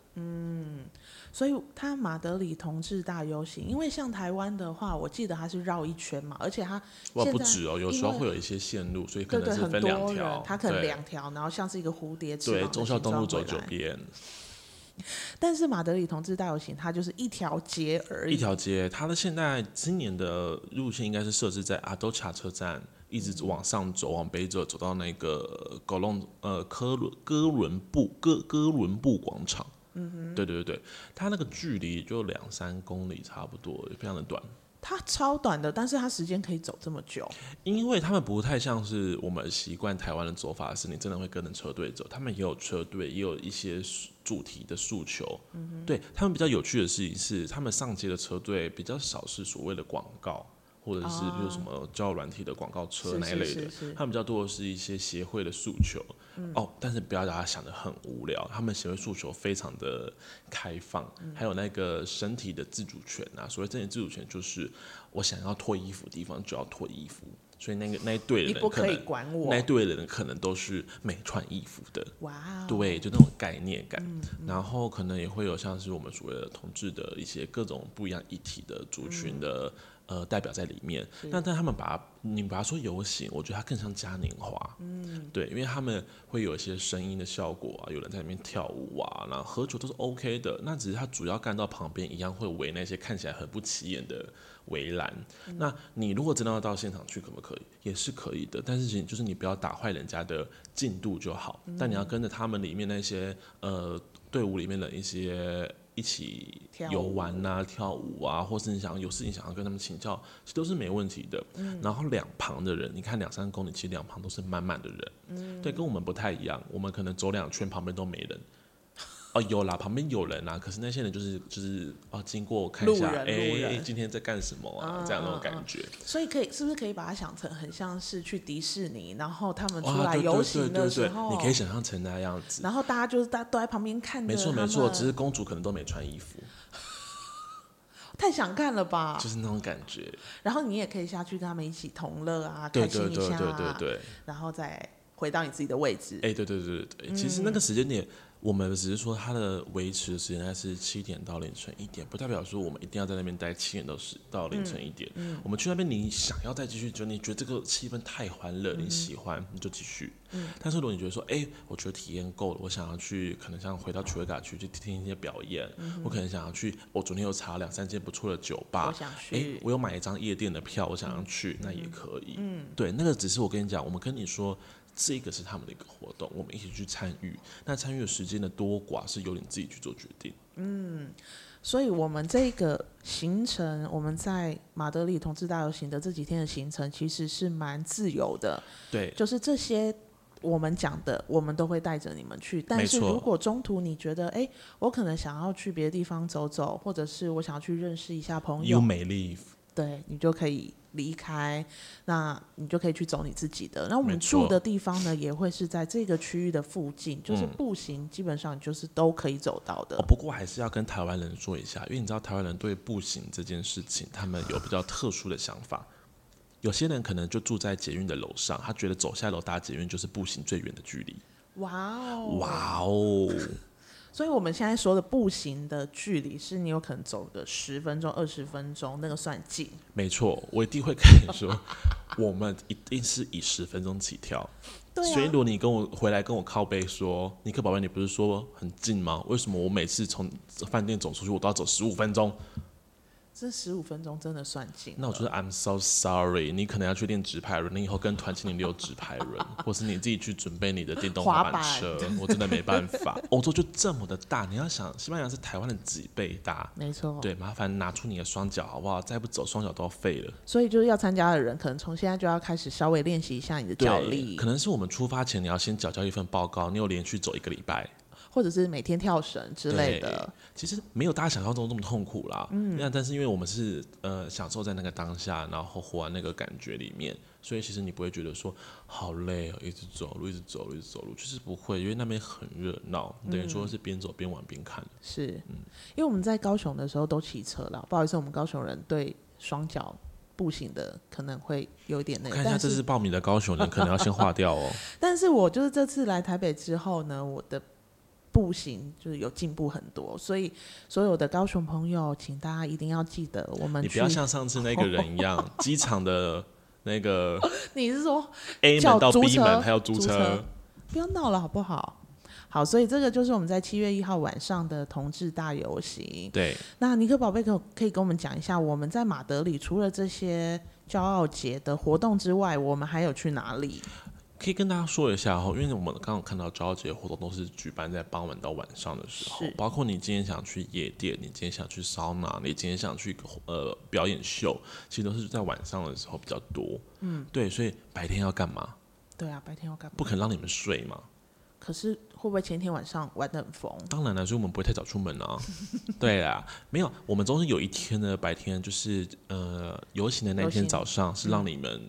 [SPEAKER 1] 所以它马德里同志大游行，因为像台湾的话，我记得它是绕一圈嘛，而且它
[SPEAKER 2] 哇，
[SPEAKER 1] 现
[SPEAKER 2] 不
[SPEAKER 1] 在
[SPEAKER 2] 止哦，有时候
[SPEAKER 1] 因为
[SPEAKER 2] 会有一些线路，所以可
[SPEAKER 1] 对
[SPEAKER 2] 能
[SPEAKER 1] 对
[SPEAKER 2] 是
[SPEAKER 1] 很
[SPEAKER 2] 分两
[SPEAKER 1] 多人
[SPEAKER 2] 条，，
[SPEAKER 1] 它可能
[SPEAKER 2] 对
[SPEAKER 1] 两条，然后像是一个蝴蝶翅
[SPEAKER 2] 对
[SPEAKER 1] 膀的
[SPEAKER 2] 忠孝
[SPEAKER 1] 形
[SPEAKER 2] 东路
[SPEAKER 1] 状
[SPEAKER 2] 走
[SPEAKER 1] 回
[SPEAKER 2] 九
[SPEAKER 1] 来
[SPEAKER 2] 边
[SPEAKER 1] 但是马德里同志大游行，它就是一条街而已。
[SPEAKER 2] 一条街，它的现在今年的路线应该是设置在阿多卡车站，一
[SPEAKER 1] 嗯
[SPEAKER 2] 直往上走，往北走，走到那个狗隆呃科伦哥伦布哥哥伦布广场。嗯哼，对对对对，它那个距离就两三公里差不多，非常的短。
[SPEAKER 1] 它超短的，但是它时间可以走这么久。
[SPEAKER 2] 因为他们不太像是我们习惯台湾的走法，是你真的会跟着车队走。他们也有车队，也有一些诉主题的诉求。
[SPEAKER 1] 嗯
[SPEAKER 2] 对他们比较有趣的事情是，他们上街的车队比较少是所谓的广告，或者是比如什么交友软体的广告车
[SPEAKER 1] 是
[SPEAKER 2] 那一类的
[SPEAKER 1] 哦是。是是嗯
[SPEAKER 2] 他们比较多的是一些协会的诉求。哦，但是不要把它想得很无聊，他们协会诉求非常的开放，
[SPEAKER 1] 嗯
[SPEAKER 2] 还有那个身体的自主权啊。所谓身体自主权，就是我想要脱衣服的地方就要脱衣服，所以那个那一队的
[SPEAKER 1] 你不
[SPEAKER 2] 人可
[SPEAKER 1] 可以
[SPEAKER 2] 能
[SPEAKER 1] 管
[SPEAKER 2] 那一
[SPEAKER 1] 我。
[SPEAKER 2] 队的人可能都是没穿衣服的，
[SPEAKER 1] 哇、哦，
[SPEAKER 2] 对，就那种概念感。然后可能也会有像是我们所谓的同志的一些各种不一样议题的族群的、呃代表在里面。那但他们把它你把它说游行，我觉得它更像嘉年华。嗯，对，因为他们会有一些声音的效果啊，有人在里面跳舞啊，然后喝酒都是 OK 的。那只是它主要干到旁边一样会围那些看起来很不起眼的围栏。那你如果真的要到现场去，可不可以？也是可以的，但是你就是你不要打坏人家的进度就好。
[SPEAKER 1] 嗯
[SPEAKER 2] 但你要跟着他们里面那些呃队伍里面的一些呃一起
[SPEAKER 1] 跳舞
[SPEAKER 2] 游玩啊、跳舞啊，或是你想有事情想要跟他们请教，其实都是没问题的。
[SPEAKER 1] 嗯
[SPEAKER 2] 然后两旁的人，你看两三公里，其实两旁都是满满的人，
[SPEAKER 1] 嗯
[SPEAKER 2] 对，跟我们不太一样。我们可能走两圈，旁边都没人。哦，有啦，旁边有人啊啦、可是那些人就是就是哦，经过看一下，
[SPEAKER 1] 路人
[SPEAKER 2] 哎、
[SPEAKER 1] 路人
[SPEAKER 2] 哎今天在干什么
[SPEAKER 1] 嗯
[SPEAKER 2] 啊？这样那种感觉。
[SPEAKER 1] 所以可以是不是可以把它想成很像是去迪士尼，然后他们嗯
[SPEAKER 2] 哇，
[SPEAKER 1] 出来
[SPEAKER 2] 对对
[SPEAKER 1] 游
[SPEAKER 2] 对
[SPEAKER 1] 行
[SPEAKER 2] 对
[SPEAKER 1] 的
[SPEAKER 2] 对
[SPEAKER 1] 时候，
[SPEAKER 2] 你可以想象成那样子。
[SPEAKER 1] 然后大家就是大都在旁边看着
[SPEAKER 2] 没错
[SPEAKER 1] 他
[SPEAKER 2] 没错，
[SPEAKER 1] 们
[SPEAKER 2] 只是公主可能都没穿衣服，
[SPEAKER 1] 太想看了吧
[SPEAKER 2] 就？是那种感觉。
[SPEAKER 1] 然后你也可以下去跟他们一起同乐啊，
[SPEAKER 2] 对
[SPEAKER 1] 开
[SPEAKER 2] 对
[SPEAKER 1] 心一
[SPEAKER 2] 对
[SPEAKER 1] 下、啊，
[SPEAKER 2] 对对对，
[SPEAKER 1] 然后再回到你自己的位置。
[SPEAKER 2] 哎对对对对对，其实那个时间点。我们只是说它的维持的时间大概是七点到凌晨一点，不代表说我们一定要在那边待七点到十到凌晨一点。我们去那边，你想要再继续，就你觉得这个气氛太欢乐，你喜欢你就继续。但是如果你觉得说，哎、我觉得体验够了，我想要去，可能像回到丘卡去去听一些表演，我可能想要去，我昨天有查两三间不错的酒吧，
[SPEAKER 1] 我想
[SPEAKER 2] 哎、
[SPEAKER 1] 去
[SPEAKER 2] 我有买一张夜店的票，
[SPEAKER 1] 嗯
[SPEAKER 2] 我想要去，那也可以。嗯，对，那个只是我跟你讲，我们跟你说，这个是他们的一个活动，我们一起去参与。那参与的时间的多寡是由你自己去做决定。
[SPEAKER 1] 所以我们这个行程，我们在马德里同志大游行的这几天的行程，其实是蛮自由的，
[SPEAKER 2] 对，
[SPEAKER 1] 就是这些。我们讲的，我们都会带着你们去。但是
[SPEAKER 2] 没错
[SPEAKER 1] 如果中途你觉得，哎，我可能想要去别的地方走走，或者是我想要去认识一下朋
[SPEAKER 2] You
[SPEAKER 1] 友，
[SPEAKER 2] may leave。
[SPEAKER 1] 对你就可以离开，那你就可以去走你自己的。那我们
[SPEAKER 2] 没错
[SPEAKER 1] 住的地方呢，也会是在这个区域的附近，就是步行基本上就是都可以走到的。
[SPEAKER 2] 嗯哦，不过还是要跟台湾人说一下，因为你知道台湾人对步行这件事情，他们有比较特殊的想法。有些人可能就住在捷运的楼上，他觉得走下楼搭捷运就是步行最远的距离。
[SPEAKER 1] 哇哦！
[SPEAKER 2] 哇哦，
[SPEAKER 1] 所以我们现在说的步行的距离，是你有可能走个十分钟、二十分钟，那个算近。
[SPEAKER 2] 没错，我一定会跟你说， 我们一定是以十分钟起跳。
[SPEAKER 1] 对
[SPEAKER 2] 所以如
[SPEAKER 1] 啊，
[SPEAKER 2] 果你跟我回来跟我靠背说，尼克宝贝，你不是说很近吗？为什么我每次从饭店走出去，我都要走十五分钟？
[SPEAKER 1] 这十五分钟真的算近。
[SPEAKER 2] 那我觉得 I'm so sorry，你可能要去练直排轮，你以后跟团请你溜直排 轮，或是你自己去准备你的电动滑
[SPEAKER 1] 滑板
[SPEAKER 2] 板车，我真的没办 法。欧洲就这么的大，你要想西班牙是台湾的几倍大，
[SPEAKER 1] 没错，
[SPEAKER 2] 对，麻烦拿出你的双脚好不好？再不走双脚都要废了。
[SPEAKER 1] 所以就是要参加的人，可能从现在就要开始稍微练习一下你的脚
[SPEAKER 2] 对，
[SPEAKER 1] 力
[SPEAKER 2] 可，能是我们出发前你要先缴交一份报告，你有连续走一个礼拜，
[SPEAKER 1] 或者是每天跳绳之类的。
[SPEAKER 2] 其实没有大家想象中那么痛苦啦。嗯，那但是因为我们是呃享受在那个当下，然后活在那个感觉里面，所以其实你不会觉得说好累哦，一直走路，一直走路，一直走路，就是不会，因为那边很热闹，等于说是边走边玩边看。
[SPEAKER 1] 是，
[SPEAKER 2] 嗯
[SPEAKER 1] 因为我们在高雄的时候都骑车了，不好意思，我们高雄人对双脚步行的可能会有一点那
[SPEAKER 2] 我
[SPEAKER 1] 个，
[SPEAKER 2] 看一下
[SPEAKER 1] 但
[SPEAKER 2] 这
[SPEAKER 1] 是
[SPEAKER 2] 次报名的高雄，你可能要先划 掉哦。
[SPEAKER 1] 但是我就是这次来台北之后呢，我的步行就是有进步很多，所以所有的高雄朋友，请大家一定要记得，我们
[SPEAKER 2] 你不
[SPEAKER 1] 去
[SPEAKER 2] 要像上次那个人一样，机场的 那个
[SPEAKER 1] 你是说
[SPEAKER 2] A
[SPEAKER 1] 叫
[SPEAKER 2] 门到
[SPEAKER 1] 租
[SPEAKER 2] B
[SPEAKER 1] 车
[SPEAKER 2] 门，他要租
[SPEAKER 1] 租车
[SPEAKER 2] 车。
[SPEAKER 1] 不要闹了好不好？好，所以这个就是我们在七月一号晚上的同志大游行。
[SPEAKER 2] 对，
[SPEAKER 1] 那尼克宝贝可可以跟我们讲一下，我们在马德里除了这些骄傲节的活动之外，我们还有去哪里？
[SPEAKER 2] 可以跟大家说一下哦，因为我们刚刚看到骄傲节活动都是举办在傍晚到晚上的时候
[SPEAKER 1] 是，
[SPEAKER 2] 包括你今天想去夜店，你今天想去桑拿，你今天想去呃表演秀，其实都是在晚上的时候比较多。嗯，对，所以白天要干嘛？
[SPEAKER 1] 对啊，白天要干嘛？
[SPEAKER 2] 不肯让你们睡嘛。
[SPEAKER 1] 可是会不会前一天晚上玩得很疯？
[SPEAKER 2] 当然了，所以我们不会太早出门 啊。对啊，没有，我们中是有一天呢，白天就是呃游行的那一
[SPEAKER 1] 游
[SPEAKER 2] 天
[SPEAKER 1] 行
[SPEAKER 2] 早上是让你们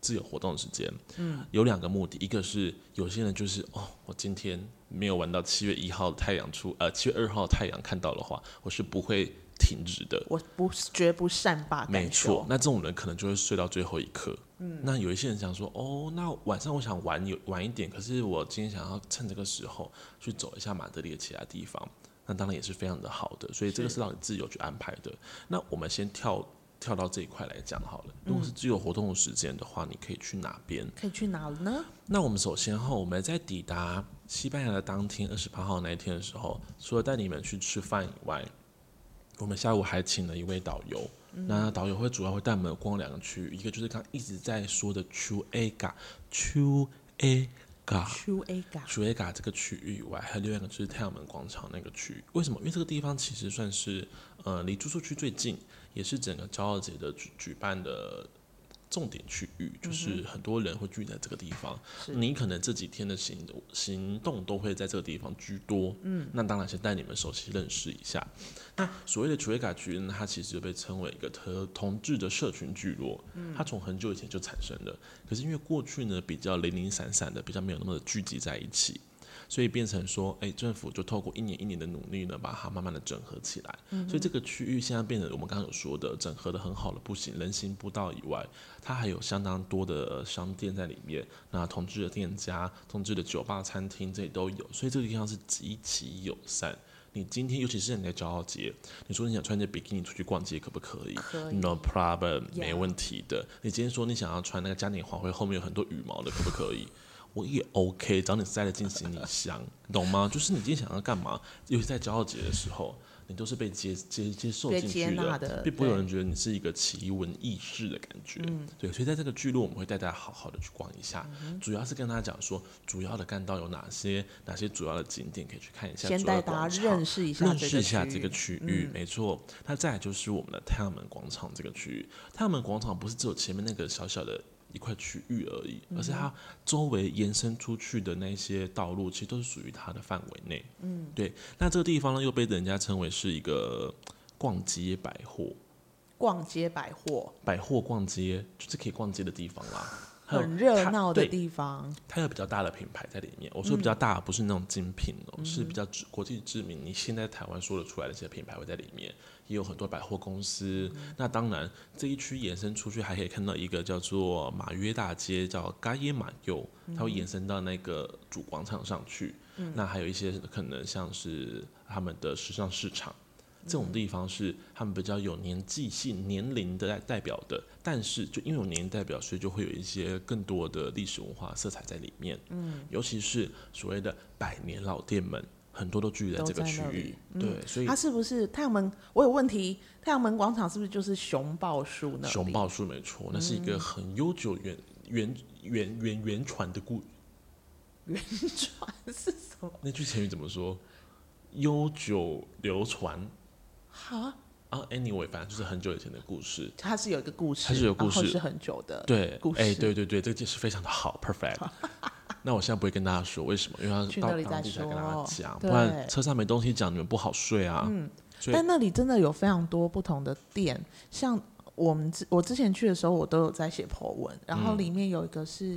[SPEAKER 2] 自由活动的时间。嗯，有两个目的，一个是有些人就是哦，我今天没有玩到七月一号的太阳出，呃，七月二号的太阳看到的话，我是不会停止的。
[SPEAKER 1] 我不绝不善罢甘休。
[SPEAKER 2] 没错，，那这种人可能就会睡到最后一刻。嗯，那有一些人想说，哦，那晚上我想玩有晚一点，可是我今天想要趁这个时候去走一下马德里的其他地方，那当然也是非常的好的，所以这个是让你自由去安排的。那我们先跳跳到这一块来讲好了。如果是自由活动的时间的话，你可以去哪边？
[SPEAKER 1] 可以去哪呢？
[SPEAKER 2] 那我们首先哈，我们在抵达西班牙的当天，二十八号那一天的时候，除了带你们去吃饭以外，我们下午还请了一位导游。那导游会主要会带我们逛两个区域，一个就是刚一直在说的 Chuega
[SPEAKER 1] Q
[SPEAKER 2] Chuega
[SPEAKER 1] A 嘎，
[SPEAKER 2] Chuega 这个区域以外，还有另外一个就是太阳门广场那个区域。为什么？因为这个地方其实算是呃离住宿区最近，也是整个骄傲节的举举办的重点区域，就是很多人会聚在这个地方。
[SPEAKER 1] 是
[SPEAKER 2] 你可能这几天的行动行动都会在这个地方居多。嗯，那当然先带你们熟悉认识一下。那所谓的 Chuega 区呢，它其实就被称为一个特同志的社群聚落。嗯，它从很久以前就产生了，可是因为过去呢比较零零散散的，比较没有那么的聚集在一起。所以变成说，哎、政府就透过一年一年的努力呢，把它慢慢的整合起来。所以这个区域现在变得我们刚刚有说的，整合的很好的步行人行步道以外，它还有相当多的呃商店在里面，那同志的店家、同志的酒吧、餐厅这里都有，所以这个地方是极其友善。你今天，尤其是你在骄傲节，你说你想穿着比基尼出去逛街，可不可以
[SPEAKER 1] 可以
[SPEAKER 2] n o problem，
[SPEAKER 1] Yeah
[SPEAKER 2] 没问题的。你今天说你想要穿那个嘉年华会后面有很多羽毛的，可不可以？ 我也 OK，只要你塞得进行李箱，懂吗？就是你今天想要干嘛，尤其在骄傲节的时候，你都是被接接接受
[SPEAKER 1] 被
[SPEAKER 2] 进
[SPEAKER 1] 接
[SPEAKER 2] 去
[SPEAKER 1] 纳
[SPEAKER 2] 的，
[SPEAKER 1] 的
[SPEAKER 2] 并不会有
[SPEAKER 1] 对
[SPEAKER 2] 人觉得你是一个奇闻异事的感觉。
[SPEAKER 1] 嗯
[SPEAKER 2] 对，所以在这个聚落，我们会带大家好好的去逛一下，主要是跟大家讲说主要的干道有哪些，哪些主要的景点可以去看一下，
[SPEAKER 1] 先
[SPEAKER 2] 主要
[SPEAKER 1] 带
[SPEAKER 2] 的
[SPEAKER 1] 大
[SPEAKER 2] 广
[SPEAKER 1] 家
[SPEAKER 2] 场
[SPEAKER 1] 认识一下
[SPEAKER 2] 认
[SPEAKER 1] 这
[SPEAKER 2] 识
[SPEAKER 1] 个
[SPEAKER 2] 一下
[SPEAKER 1] 区
[SPEAKER 2] 这个
[SPEAKER 1] 域嗯
[SPEAKER 2] 区域，没错。那再来就是我们的太阳门广场这个区域，太阳门广场不是只有前面那个小小的一块区域而已，而是
[SPEAKER 1] 嗯
[SPEAKER 2] 它周围延伸出去的那些道路，其实都是属于它的范围内。嗯，对。那这个地方呢，又被人家称为是一个逛街百货。
[SPEAKER 1] 逛街百货，
[SPEAKER 2] 百货逛街就是可以逛街的地方啦，还有
[SPEAKER 1] 很热
[SPEAKER 2] 它
[SPEAKER 1] 闹的
[SPEAKER 2] 对
[SPEAKER 1] 地嗯方。
[SPEAKER 2] 它有比较大的品牌在里面。我说比较大，不是那种精品哦，是
[SPEAKER 1] 嗯
[SPEAKER 2] 比较知国际知名。你现在台湾说得出来的一些品牌会在里面，也有很多百货公司。那当然，这一区延伸出去，还可以看到一个叫做马约大街，叫嘎耶马右，
[SPEAKER 1] 嗯
[SPEAKER 2] 它会延伸到那个主广场上去。那还有一些可能像是他们的时尚市场。
[SPEAKER 1] 嗯
[SPEAKER 2] 这种地方是他们比较有年纪性、年龄的代代表的，但是就因为有年龄代表，所以就会有一些更多的历史文化色彩在里面。嗯，尤其是所谓的百年老店们，很多都聚集在
[SPEAKER 1] 都
[SPEAKER 2] 这个
[SPEAKER 1] 在
[SPEAKER 2] 区
[SPEAKER 1] 那
[SPEAKER 2] 域
[SPEAKER 1] 里。嗯
[SPEAKER 2] 对，所以
[SPEAKER 1] 它是不是太阳门？我有问题，太阳门广场是不是就是熊抱树那里？嗯
[SPEAKER 2] 熊抱树没错，那是一个很悠久原原原原原传的故。
[SPEAKER 1] 是什么？
[SPEAKER 2] 那句成语怎么说？悠久流传
[SPEAKER 1] 哈，
[SPEAKER 2] 啊，anyway，反正就是很久以前的故事。
[SPEAKER 1] 它是有一个故事，
[SPEAKER 2] 它是有故
[SPEAKER 1] 然后
[SPEAKER 2] 事
[SPEAKER 1] 是很久的。
[SPEAKER 2] 对，
[SPEAKER 1] 呃故
[SPEAKER 2] 哎、
[SPEAKER 1] 事
[SPEAKER 2] 对对对，这个解释非常的好，perfect。那我现在不会跟大家说为什么，因为
[SPEAKER 1] 去
[SPEAKER 2] 要
[SPEAKER 1] 那
[SPEAKER 2] 到
[SPEAKER 1] 里
[SPEAKER 2] 当地
[SPEAKER 1] 再
[SPEAKER 2] 才跟大家
[SPEAKER 1] 说
[SPEAKER 2] 讲，不
[SPEAKER 1] 对嗯
[SPEAKER 2] 然车上没东西讲，你们不好睡啊。对
[SPEAKER 1] 但那里真的有非常多不同的店，像我们之我之前去的时候，我都有在写 po 文，
[SPEAKER 2] 嗯
[SPEAKER 1] 然后里面有一个是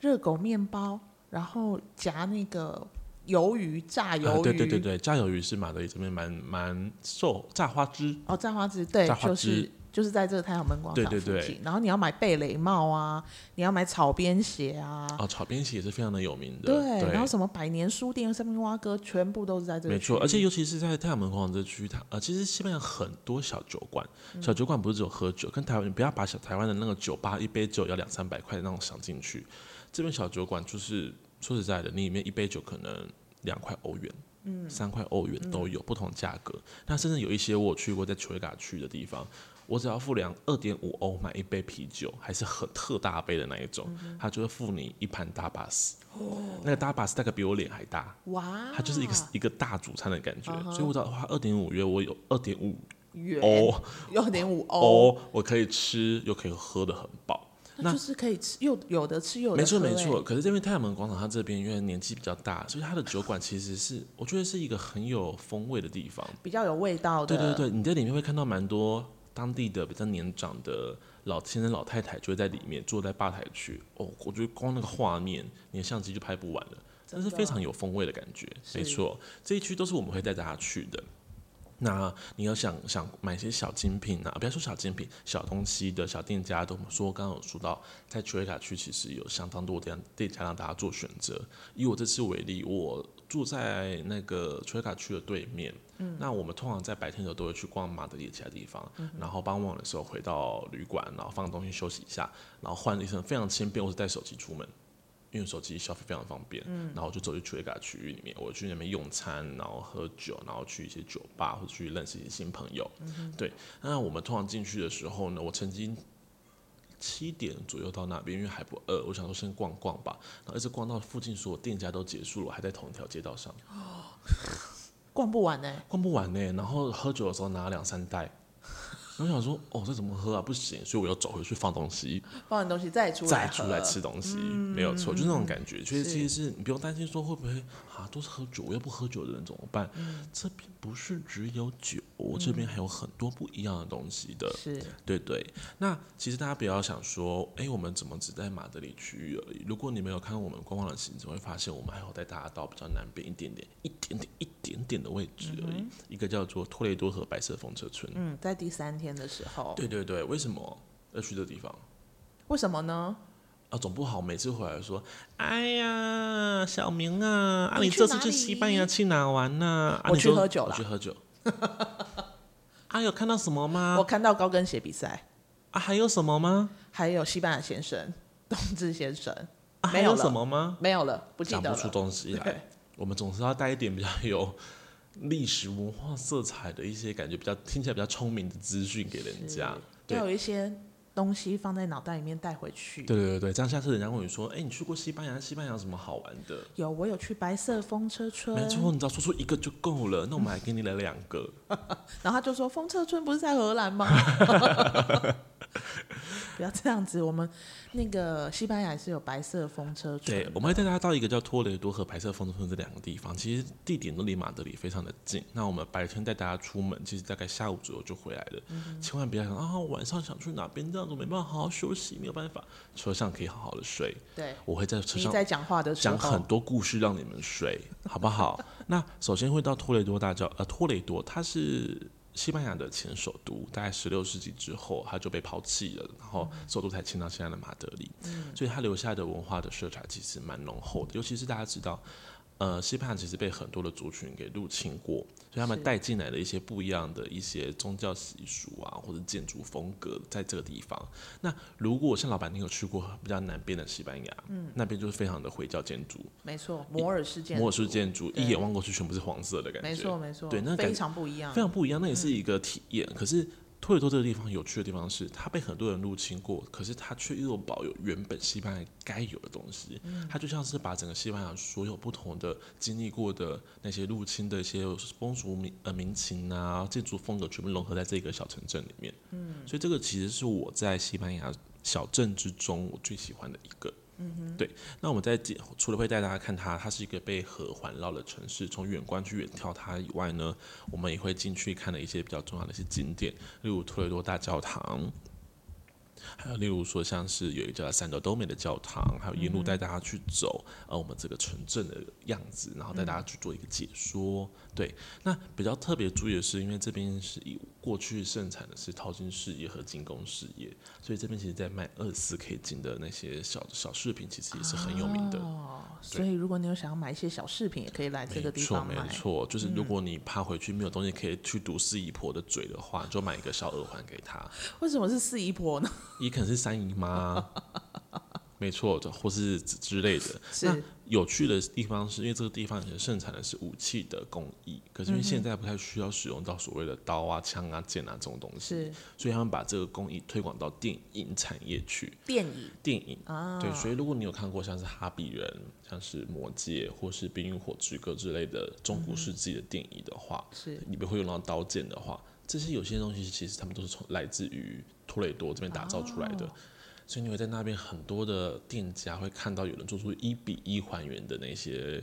[SPEAKER 1] 热狗面包，然后夹那个鱿鱼炸鱿鱼，
[SPEAKER 2] 啊，对对对对，炸鱿鱼是马德里这边蛮蛮受炸花枝，
[SPEAKER 1] 哦，炸花枝，对
[SPEAKER 2] 炸，花
[SPEAKER 1] 就
[SPEAKER 2] 枝
[SPEAKER 1] 是就是在这个太阳门广场附
[SPEAKER 2] 对
[SPEAKER 1] 近，
[SPEAKER 2] 对对
[SPEAKER 1] 然后你要买贝雷帽啊，你要买草编鞋啊。
[SPEAKER 2] 哦，炒边鞋也是非常的有名的，
[SPEAKER 1] 对，然后
[SPEAKER 2] 对，
[SPEAKER 1] 什么百年书店、三明蛙哥，全部都是在这个
[SPEAKER 2] 没错，
[SPEAKER 1] 区域
[SPEAKER 2] 而且尤其是在太阳门广场这区，它呃，其实西班牙很多小酒馆，
[SPEAKER 1] 嗯
[SPEAKER 2] 小酒馆不是只有喝酒，跟台湾你不要把小台湾的那个酒吧一杯酒要两三百块的那种想进去，这边小酒馆就是说实在的，你里面一杯酒可能两块欧元。嗯，三块欧元都
[SPEAKER 1] 嗯
[SPEAKER 2] 有、不同价格，那甚至有一些我有去过在丘维嘎区的地方，我只要付两二点五欧买一杯啤酒，还是很特大杯的那一
[SPEAKER 1] 嗯
[SPEAKER 2] 种，他就会付你一盘大巴斯，
[SPEAKER 1] 哦
[SPEAKER 2] 那个大巴斯大概比我脸还大，
[SPEAKER 1] 哇，
[SPEAKER 2] 它就是一个一个大主餐的感觉，
[SPEAKER 1] 啊嗯哼
[SPEAKER 2] 所以我只要花二点五约，我有二点五
[SPEAKER 1] 元
[SPEAKER 2] 欧
[SPEAKER 1] 六点五
[SPEAKER 2] 哦
[SPEAKER 1] 欧，
[SPEAKER 2] 欧，我可以吃又可以喝的很饱。那
[SPEAKER 1] 那就是可以吃，又有的吃，又有的
[SPEAKER 2] 没错
[SPEAKER 1] 喝
[SPEAKER 2] 没
[SPEAKER 1] 欸
[SPEAKER 2] 错，，可是这边太阳门广场它这边因为年纪比较大，所以它的酒馆其实是我觉得是一个很有风味的地方。
[SPEAKER 1] 比较有味道的。
[SPEAKER 2] 对对对，你在里面会看到蛮多当地的比较年长的老先生老太太就会在里面坐在吧台区。哦，我觉得光那个画面，你的相机就拍不完了，
[SPEAKER 1] 真
[SPEAKER 2] 但
[SPEAKER 1] 的
[SPEAKER 2] 是非常有风味的感觉。没
[SPEAKER 1] 是
[SPEAKER 2] 错，这一区都是我们会带大家去的。那你要想想买一些小精品啊，不要说小精品，小东西的小店家都说，刚刚有说到，在丘维卡区其实有相当多店店家让大家做选择。以我这次为例，我住在那个丘维卡区的对面，
[SPEAKER 1] 嗯
[SPEAKER 2] 那我们通常在白天的时候都会去逛马德里其他地方，然后傍晚的时候回到旅馆，然后放东西休息一下，然后换了一身非常轻便，我是带手机出门，因为手机消费非常方便。然后我就走去丘维卡区域里面，我去那边用餐，然后喝酒，然后去一些酒吧或者去认识一些新朋友。对，那我们通常进去的时候呢，我曾经。七点左右到那边，因为还不饿，我想说先逛逛吧。然后一直逛到附近所有店家都结束了，我还在同一条街道上。
[SPEAKER 1] 逛不完呢、欸
[SPEAKER 2] 逛不完呢、然后喝酒的时候拿了两三袋，然后想说哦这怎么喝啊不行，所以我又走回去放东西，
[SPEAKER 1] 放完东西再出来
[SPEAKER 2] 再
[SPEAKER 1] 喝
[SPEAKER 2] 出来吃。东西，没有错，就那种感觉。所以
[SPEAKER 1] 嗯是
[SPEAKER 2] 其实是你不用担心说会不会啊都是喝酒，我又不喝酒的人怎么办？
[SPEAKER 1] 嗯
[SPEAKER 2] 这边不是只有酒，这边还有很多不一样的东西的。
[SPEAKER 1] 是
[SPEAKER 2] 对对，那其实大家不要想说，哎，我们怎么只在马德里区域而已？如果你没有看我们官方的行程，会发现我们还有带大家到比较南边一点点、一点点、一点点的位置而已，一个叫做托雷多河白色风车村。
[SPEAKER 1] 嗯，在第三天的时候，
[SPEAKER 2] 对对对，为什么要去这地方？
[SPEAKER 1] 为什么呢？
[SPEAKER 2] 啊，总不好每次回来说，哎呀，小明啊，啊，
[SPEAKER 1] 你
[SPEAKER 2] 你
[SPEAKER 1] 去
[SPEAKER 2] 这次
[SPEAKER 1] 哪
[SPEAKER 2] 去西班牙
[SPEAKER 1] 里
[SPEAKER 2] 去哪玩呢、啊？
[SPEAKER 1] 我
[SPEAKER 2] 你
[SPEAKER 1] 去
[SPEAKER 2] 说
[SPEAKER 1] 喝酒
[SPEAKER 2] 我
[SPEAKER 1] 啦
[SPEAKER 2] 去喝酒。啊，有看到什么吗
[SPEAKER 1] 我？看到高跟鞋比赛，
[SPEAKER 2] 啊，还有什么吗？
[SPEAKER 1] 还有西班牙先生、冬至先生，
[SPEAKER 2] 啊，还
[SPEAKER 1] 没有
[SPEAKER 2] 有什
[SPEAKER 1] 了
[SPEAKER 2] 么吗？
[SPEAKER 1] 没有了，不记
[SPEAKER 2] 讲
[SPEAKER 1] 得
[SPEAKER 2] 不出
[SPEAKER 1] 了。
[SPEAKER 2] 东西
[SPEAKER 1] 对
[SPEAKER 2] 来。我们总是要带一点比较有历史文化色彩的一些感觉，比较听起来比较聪明的资讯给人家。对
[SPEAKER 1] 要有一些东西放在脑袋里面带回去。
[SPEAKER 2] 对对对对，这样下次人家问你说：“哎、你去过西班牙？西班牙有什么好玩的
[SPEAKER 1] 有，我有去白色风车？”村，
[SPEAKER 2] 没错，你只要说出一个就够了。那我们还给你来两个。
[SPEAKER 1] 然后他就说风车村不是在荷兰吗？ 不要这样子。我们那个西班牙也是有白色风车船的，
[SPEAKER 2] 对，我们会带大家到一个叫托雷多和白色风车村这两个地方，其实地点都离马德里非常的近。那我们白天带大家出门，其实大概下午左右就回来了。
[SPEAKER 1] 嗯
[SPEAKER 2] 千万不要想啊，晚上想去哪边这样子，没办法好好休息，没有办法，车上可以好好的睡。
[SPEAKER 1] 对
[SPEAKER 2] 我会在车
[SPEAKER 1] 你
[SPEAKER 2] 上
[SPEAKER 1] 在讲话的时
[SPEAKER 2] 讲很
[SPEAKER 1] 候，
[SPEAKER 2] 多故事让你们睡，好不好？ 那首先会到托雷多大教，呃，托雷多它是西班牙的前首都，大概十六世纪之后它就被抛弃了，然后首都才迁到现在的马德里，
[SPEAKER 1] 嗯
[SPEAKER 2] 所以它留下的文化的色彩其实蛮浓厚的，尤其是大家知道。呃，西班牙其实被很多的族群给入侵过，所以他们
[SPEAKER 1] 是
[SPEAKER 2] 带进来的一些不一样的一些宗教习俗啊，或者建筑风格，在这个地方。那如果像老板，你有去过比较南边的西班牙，嗯，那边就是非常的回教建筑，
[SPEAKER 1] 没错，摩尔事件，
[SPEAKER 2] 摩尔式建筑
[SPEAKER 1] 对
[SPEAKER 2] 一眼望过去全部是黄色的感觉，
[SPEAKER 1] 没错没错，
[SPEAKER 2] 对那感
[SPEAKER 1] 非常不一样
[SPEAKER 2] 非。常不一样。那也是一个体验。可是托尔多这个地方有趣的地方是，它被很多人入侵过，可是它却又保有原本西班牙该有的东西。它就像是把整个西班牙所有不同的经历过的那些入侵的一些风俗民呃民情啊、建筑风格，全部融合在这个小城镇里面。嗯，所以这个其实是我在西班牙小镇之中我最喜欢的一个。对，那我们在介除了会带大家看它，它是一个被河环绕的城市，从远观去远眺它以外呢，我们也会进去看了一些比较重要的一些景点，例如托雷多大教堂，还有例如说像是有一个叫三德多美的教堂，还有沿路带大家去走，呃，我们这个城镇的样子，然后带大家去做一个解说。对，那比较特别注意的是，因为这边是以过去盛产的是淘金事业和精工事业，所以这边其实在卖二四 K 金的那些小小饰品，其实也是很有名的。
[SPEAKER 1] 哦，所以如果你有想要买一些小饰品，也可以来这个地方
[SPEAKER 2] 没错，
[SPEAKER 1] 买嗯
[SPEAKER 2] 没。错，就是如果你怕回去没有东西可以去堵四姨婆的嘴的话，你就买一个小耳环给她，
[SPEAKER 1] 为什么是四姨婆呢？
[SPEAKER 2] 也可能是三姨妈， 没错，或是之之类的。
[SPEAKER 1] 是
[SPEAKER 2] 那有趣的地方是因为这个地方以前盛产的是武器的工艺，可是
[SPEAKER 1] 嗯
[SPEAKER 2] 因为现在不太需要使用到所谓的刀啊、枪啊、剑啊这种东西
[SPEAKER 1] 是，
[SPEAKER 2] 所以他们把这个工艺推广到电影产业去。
[SPEAKER 1] 电影
[SPEAKER 2] 电影
[SPEAKER 1] 啊，
[SPEAKER 2] 对，所以如果你有看过像是《哈比人》、像是《魔戒》或是《冰与火之歌》之类的中
[SPEAKER 1] 嗯
[SPEAKER 2] 古世纪的电影的话，
[SPEAKER 1] 是
[SPEAKER 2] 里面会用到刀剑的话，这些有些东西其实他们都是从来自于托雷多这边打造出来的。
[SPEAKER 1] 哦
[SPEAKER 2] 所以你会在那边很多的店家会看到有人做出一比一还原的那些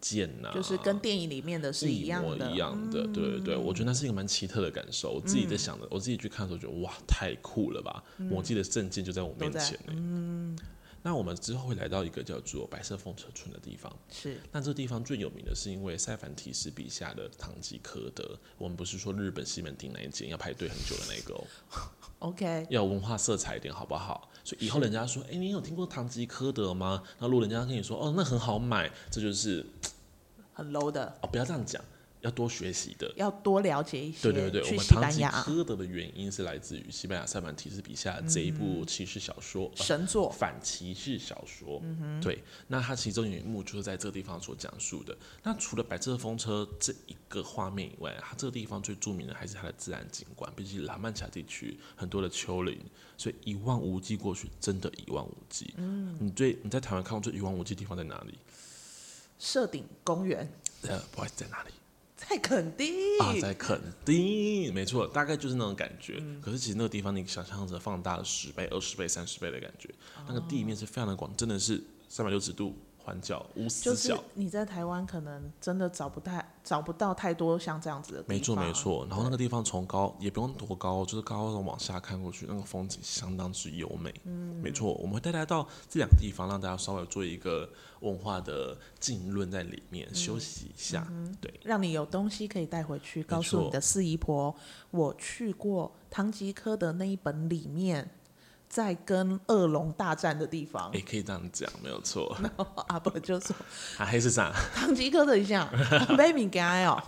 [SPEAKER 2] 剑呐、
[SPEAKER 1] 就是跟电影里面的是一
[SPEAKER 2] 一
[SPEAKER 1] 样
[SPEAKER 2] 模
[SPEAKER 1] 的，嗯
[SPEAKER 2] 一样的，对对对，我觉得那是一个蛮奇特的感受。我自己在想的，我自己去看的时候觉得哇，太酷了吧！
[SPEAKER 1] 嗯
[SPEAKER 2] 魔戒的证件就在我面前呢、嗯，那我们之后会来到一个叫做白色风车村的地方。
[SPEAKER 1] 是
[SPEAKER 2] 那这个地方最有名的是因为塞凡提斯笔下的堂吉诃德，我们不是说日本西门町那一间要排队很久的那个哦，
[SPEAKER 1] OK。
[SPEAKER 2] 要有文化色彩一点好不好？所以以后人家说，哎、你有听过堂吉诃德吗？然后如果人家跟你说，哦，那很好买，这就是
[SPEAKER 1] 很 low 的，
[SPEAKER 2] 哦，不要这样讲，要多学习的。
[SPEAKER 1] 要多了解一些。
[SPEAKER 2] 对对对，我
[SPEAKER 1] 去
[SPEAKER 2] 们
[SPEAKER 1] 西
[SPEAKER 2] 堂
[SPEAKER 1] 班
[SPEAKER 2] 吉
[SPEAKER 1] 牙
[SPEAKER 2] 诃德的原因是来自于西班牙塞凡提斯笔下这一
[SPEAKER 1] 嗯
[SPEAKER 2] 部骑士小说，呃
[SPEAKER 1] 神作
[SPEAKER 2] 反歧视小说。对，那它其中有一幕就是在这个地方所讲述的。那除了白色风车这一个画面以外，它这个地方最著名的还是它的自然景观，毕竟拉曼卡地区很多的丘陵，所以一望无际过去，真的一望无际。嗯，你最你在台湾看过最一望无际的地方在哪里？
[SPEAKER 1] 设顶公园，
[SPEAKER 2] 呃，不好意思，在哪里？
[SPEAKER 1] 在垦丁，
[SPEAKER 2] 啊，在垦丁，没错，大概就是那种感觉。
[SPEAKER 1] 嗯
[SPEAKER 2] 可是其实那个地方，你想象着放大了十倍、二十倍、三十倍的感觉，
[SPEAKER 1] 哦
[SPEAKER 2] 那个地面是非常的广，真的是三百六十度环角无
[SPEAKER 1] 就
[SPEAKER 2] 死
[SPEAKER 1] 是
[SPEAKER 2] 角。
[SPEAKER 1] 你在台湾可能真的找不太找不到太多像这样子的地方。
[SPEAKER 2] 没错没，错，然后那个地方从高也不用多高，就是高的往下看过去，那个风景相当之优美。嗯，没错，我们会带大家到这两个地方，让大家稍微做一个文化的浸润在里面，
[SPEAKER 1] 嗯
[SPEAKER 2] 休息一下。对，
[SPEAKER 1] 让你有东西可以带回去，告诉
[SPEAKER 2] 错
[SPEAKER 1] 你的四姨婆，我去过堂吉诃德那一本里面，在跟恶龙大战的地方。
[SPEAKER 2] 也可以这样讲，没有错。
[SPEAKER 1] 阿伯就说
[SPEAKER 2] 啊，黑市长，
[SPEAKER 1] 堂吉诃德一下，没物件哦。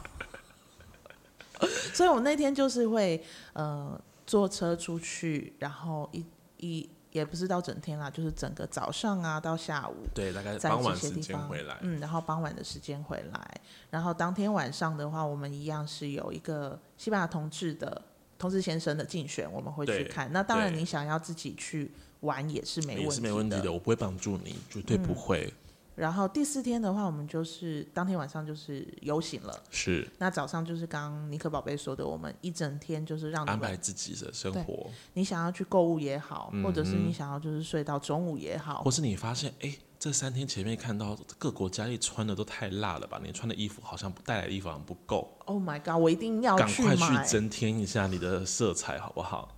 [SPEAKER 1] 所以我们那天就是会呃坐车出去，然后一一也不是到整天啦，就是整个早上啊到下午，
[SPEAKER 2] 对，大概
[SPEAKER 1] 在
[SPEAKER 2] 呃傍
[SPEAKER 1] 这
[SPEAKER 2] 晚
[SPEAKER 1] 些
[SPEAKER 2] 时
[SPEAKER 1] 地
[SPEAKER 2] 间
[SPEAKER 1] 方
[SPEAKER 2] 回来。
[SPEAKER 1] 嗯，然后傍晚的时间回来，然后当天晚上的话，我们一样是有一个西班牙同志的同志先生的竞选，我们会去
[SPEAKER 2] 对
[SPEAKER 1] 看。那当然，
[SPEAKER 2] 对
[SPEAKER 1] 你想要自己去玩也是没问
[SPEAKER 2] 也
[SPEAKER 1] 题
[SPEAKER 2] 是没问题
[SPEAKER 1] 的。嗯
[SPEAKER 2] 的，我不会帮助你，绝对不会。
[SPEAKER 1] 然后第四天的话，我们就是当天晚上就是游行了，
[SPEAKER 2] 是
[SPEAKER 1] 那早上就是刚刚尼克宝贝说的，我们一整天就是让你
[SPEAKER 2] 安排
[SPEAKER 1] 们，
[SPEAKER 2] 自己的生
[SPEAKER 1] 对
[SPEAKER 2] 活，
[SPEAKER 1] 你想要去购物也好，或者是
[SPEAKER 2] 嗯哼
[SPEAKER 1] 你想要就是睡到中午也好
[SPEAKER 2] 或，是你发现，哎、这三天前面看到各国佳丽穿的都太辣了吧？你穿的衣服好像不带来的衣服好像不够，
[SPEAKER 1] Oh my god！我一定要
[SPEAKER 2] 赶
[SPEAKER 1] 去
[SPEAKER 2] 快去
[SPEAKER 1] 买，
[SPEAKER 2] 增添一下你的色彩，好不好？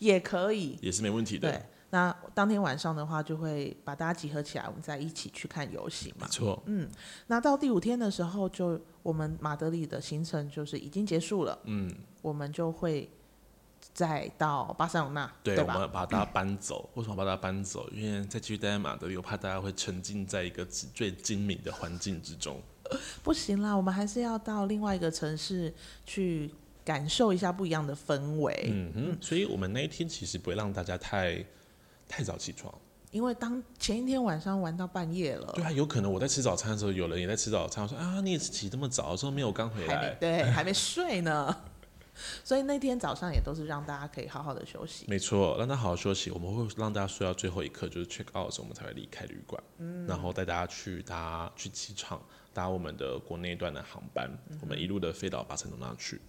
[SPEAKER 1] 也可以。
[SPEAKER 2] 也是没问题
[SPEAKER 1] 对
[SPEAKER 2] 的，，
[SPEAKER 1] 那当天晚上的话，就会把大家集合起来，我们再一起去看游行
[SPEAKER 2] 没
[SPEAKER 1] 嘛。
[SPEAKER 2] 错，
[SPEAKER 1] 那到第五天的时候就，我们马德里的行程就是已经结束了，
[SPEAKER 2] 嗯，
[SPEAKER 1] 我们就会再到巴塞罗那，
[SPEAKER 2] 对，我
[SPEAKER 1] 吧？
[SPEAKER 2] 们把大家搬走。为什么把大家搬走？因为再继续待在马德里，我怕大家会沉浸在一个只最精明的环境之中。
[SPEAKER 1] 不行啦，我们还是要到另外一个城市去感受一下不一样的氛围，
[SPEAKER 2] 嗯哼，所以我们那一天其实不会让大家太太早起床。
[SPEAKER 1] 因为当前一天晚上玩到半夜了，
[SPEAKER 2] 对啊，有可能我在吃早餐的时候，有人也在吃早餐，我说啊，你也是起这么早？我说没有，我刚回
[SPEAKER 1] 还没
[SPEAKER 2] 来。
[SPEAKER 1] 对，还没睡呢。 所以那天早上也都是让大家可以好好的休息。
[SPEAKER 2] 没错，让他好好休息。我们会让大家睡到最后一刻，就是 check out 的时候，我们才会离开旅馆，
[SPEAKER 1] 嗯
[SPEAKER 2] 然后带大家去搭去机场搭我们的国内段的航班，
[SPEAKER 1] 嗯
[SPEAKER 2] 我们一路的飞到巴塞罗那去。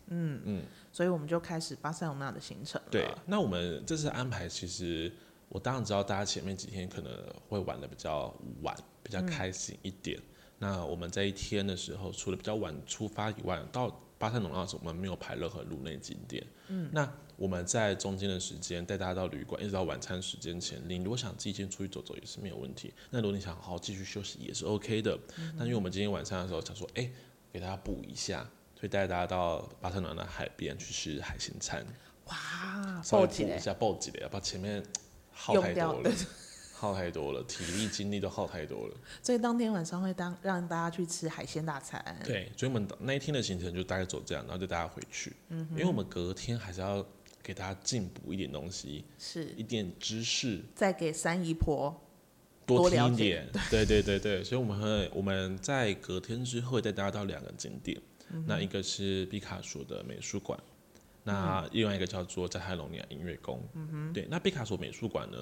[SPEAKER 1] 所以我们就开始巴塞罗那的行程了。
[SPEAKER 2] 对，那我们这次的安排，其实我当然知道大家前面几天可能会玩的比较晚，
[SPEAKER 1] 嗯
[SPEAKER 2] 比较开心一点。那我们在一天的时候，除了比较晚出发以外，到巴塞罗那的时候，我们没有排任何路内景点。嗯，那我们在中间的时间带大家到旅馆，一直到晚餐时间前，你如果想自己先出去走走也是没有问题。那如果你想好好继续休息也是 OK 的。
[SPEAKER 1] 嗯
[SPEAKER 2] 那因为我们今天晚上的时候想说，哎、给大家补一下，所以带大家到巴塞罗那海边去吃海鲜餐。
[SPEAKER 1] 哇，
[SPEAKER 2] 稍
[SPEAKER 1] 报
[SPEAKER 2] 微补
[SPEAKER 1] 警
[SPEAKER 2] 一
[SPEAKER 1] 嘞！
[SPEAKER 2] 下报警的，欸啊把前面耗
[SPEAKER 1] 用
[SPEAKER 2] 太
[SPEAKER 1] 掉
[SPEAKER 2] 多了
[SPEAKER 1] 对，
[SPEAKER 2] 耗太多了，体力精力都耗太多了。
[SPEAKER 1] 所以当天晚上会当让大家去吃海鲜大餐。
[SPEAKER 2] 对，所以我们那一天的行程就大概走这样，然后就大家回去，嗯、因为我们隔天还是要给大家进补一点东西，
[SPEAKER 1] 是
[SPEAKER 2] 一点知识，
[SPEAKER 1] 再给三姨婆
[SPEAKER 2] 多
[SPEAKER 1] 多
[SPEAKER 2] 听
[SPEAKER 1] 了
[SPEAKER 2] 一
[SPEAKER 1] 解
[SPEAKER 2] 点。对对对对，所以我们会我们在隔天之后会带大家到两个景点，
[SPEAKER 1] 嗯
[SPEAKER 2] 那一个是毕卡索的美术馆。
[SPEAKER 1] 嗯
[SPEAKER 2] 那另外一个叫做加泰隆尼亚音乐宫，对，那毕卡索美术馆呢，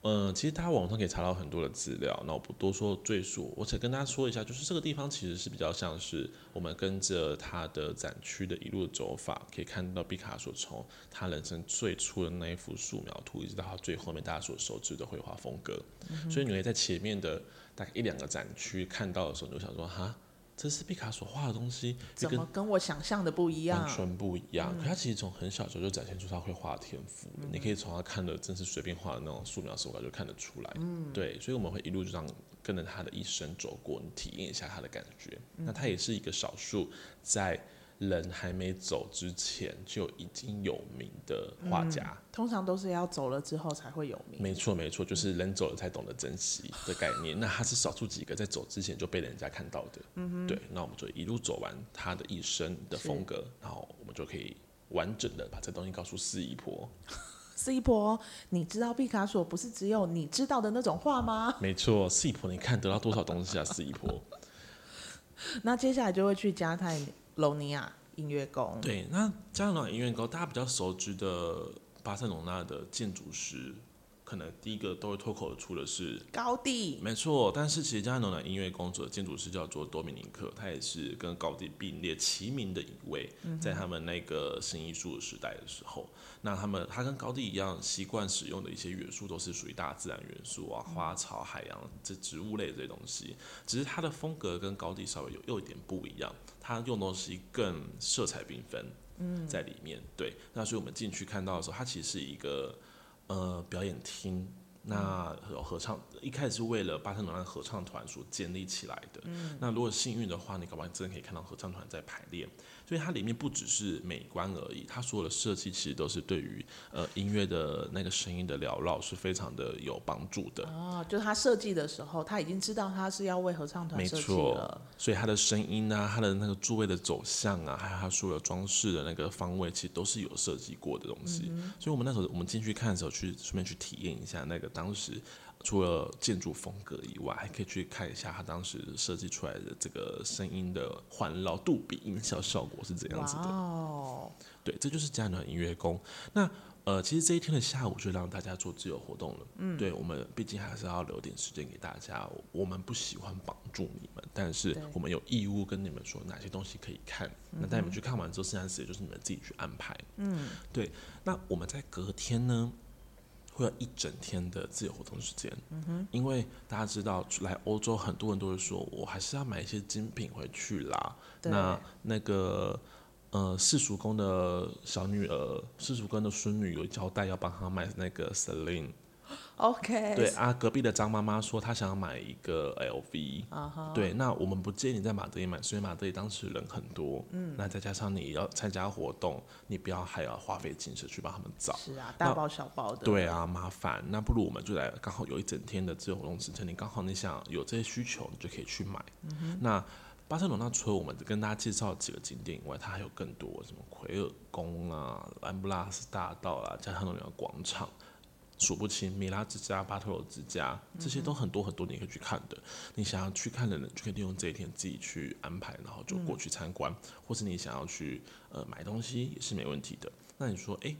[SPEAKER 2] 嗯、其实大家网上可以查到很多的资料，那我不多说赘述，我只跟大家说一下，就是这个地方其实是比较像是我们跟着他的展区的一路走法，可以看到毕卡索从他人生最初的那一幅素描图，一直到他最后面大家所熟知的绘画风格，
[SPEAKER 1] 嗯
[SPEAKER 2] 所以你会在前面的大概一两个展区看到的时候，你就想说，哈，这是毕卡索画的东西，
[SPEAKER 1] 怎
[SPEAKER 2] 这跟
[SPEAKER 1] 么跟我想象的不一样
[SPEAKER 2] 完？全不一样。可他其实从很小时候就展现出他绘画的天赋，你可以从他看的真是随便画的那种素描手稿就看得出来。
[SPEAKER 1] 嗯
[SPEAKER 2] 对，所以我们会一路就这样跟着他的一生走过，你体验一下他的感觉。那他也是一个少数在人还没走之前就已经有名的画家。
[SPEAKER 1] 通常都是要走了之后才会有名。
[SPEAKER 2] 没错，没错，就是人走了才懂得珍惜的概念。那他是少数几个在走之前就被人家看到的。嗯对，那我们就一路走完他的一生的风格，然后我们就可以完整的把这东西告诉四姨婆。
[SPEAKER 1] 四姨婆，你知道毕卡索不是只有你知道的那种画吗？
[SPEAKER 2] 没错，四姨婆，你看得到多少东西啊？四姨婆。
[SPEAKER 1] 那接下来就会去加泰罗尼亚音乐宫。
[SPEAKER 2] 对，那加勒朗音乐高，大家比较熟知的巴塞罗那的建筑师，可能第一个都会脱口而出的是
[SPEAKER 1] 高地
[SPEAKER 2] 没错，但是其实加泰罗尼亚音乐工作的建筑师叫做多米尼克，他也是跟高地并列齐名的一位，在他们那个新艺术时代的时候，那他们他跟高地一样，习惯使用的一些元素都是属于大自然元素啊，花草、海洋这植物类这些东西，只是他的风格跟高地稍微有有一点不一样，他用东西更色彩缤纷，嗯，在里面。对，那所以我们进去看到的时候，它其实是一个呃表演厅。那有合唱，一开始是为了巴塞罗那合唱团所建立起来的。那如果幸运的话，你搞不好真的可以看到合唱团在排练。所以它里面不只是美观而已，它所有的设计其实都是对于呃音乐的那个声音的缭绕是非常的有帮助的。
[SPEAKER 1] 哦，就是他设计的时候，他已经知道他是要为合唱团
[SPEAKER 2] 没
[SPEAKER 1] 设计
[SPEAKER 2] 错
[SPEAKER 1] 了。
[SPEAKER 2] 所以它的声音啊，它的那个座位的走向啊，还有它所有装饰的那个方位，其实都是有设计过的东西。所以我们那时候我们进去看的时候，去顺便去体验一下那个当时除了建筑风格以外，还可以去看一下他当时设计出来的这个声音的环绕杜比音效效果是怎样
[SPEAKER 1] 哇
[SPEAKER 2] 子的。
[SPEAKER 1] 哦，
[SPEAKER 2] 对，这就是嘉暖音乐宫。那呃，其实这一天的下午就让大家做自由活动了。嗯，对我们毕竟还是要留点时间给大家。我们不喜欢绑住你们，但是
[SPEAKER 1] 对
[SPEAKER 2] 我们有义务跟你们说哪些东西可以看。那带你们去看完之后，剩下的时间就是你们自己去安排。嗯，对。那我们在隔天呢？会有一整天的自由活动时间，嗯哼，因为大家知道来欧洲，很多人都会说，我还是要买一些精品回去啦。
[SPEAKER 1] 对
[SPEAKER 2] 那那个呃世俗宫的小女儿，世俗宫的孙女有交代要帮她买那个 Celine，
[SPEAKER 1] ，OK，
[SPEAKER 2] 对啊，隔壁的张妈妈说她想要买一个 LV，、
[SPEAKER 1] 啊哈，
[SPEAKER 2] 对，那我们不建议你在马德里买，所以马德里当时人很多，嗯，那再加上你要参加活动，你不要还要花费精神去帮他们找。
[SPEAKER 1] 是啊，大包小包的，
[SPEAKER 2] 对啊，麻烦。那不如我们就来，刚好有一整天的自由活动时间，你刚好你想有这些需求，你就可以去买。那巴塞罗那除了我们跟大家介绍几个景点以外，它还有更多什么奎尔宫啊、兰布拉斯大道啦、啊、加泰罗尼亚广场。数不清，米拉之家、巴特罗之家，这些都很多很多，你可以去看的。你想要去看的人，就可以利用这一天自己去安排，然后就过去参观，或是你想要去呃买东西也是没问题的。那你说，诶，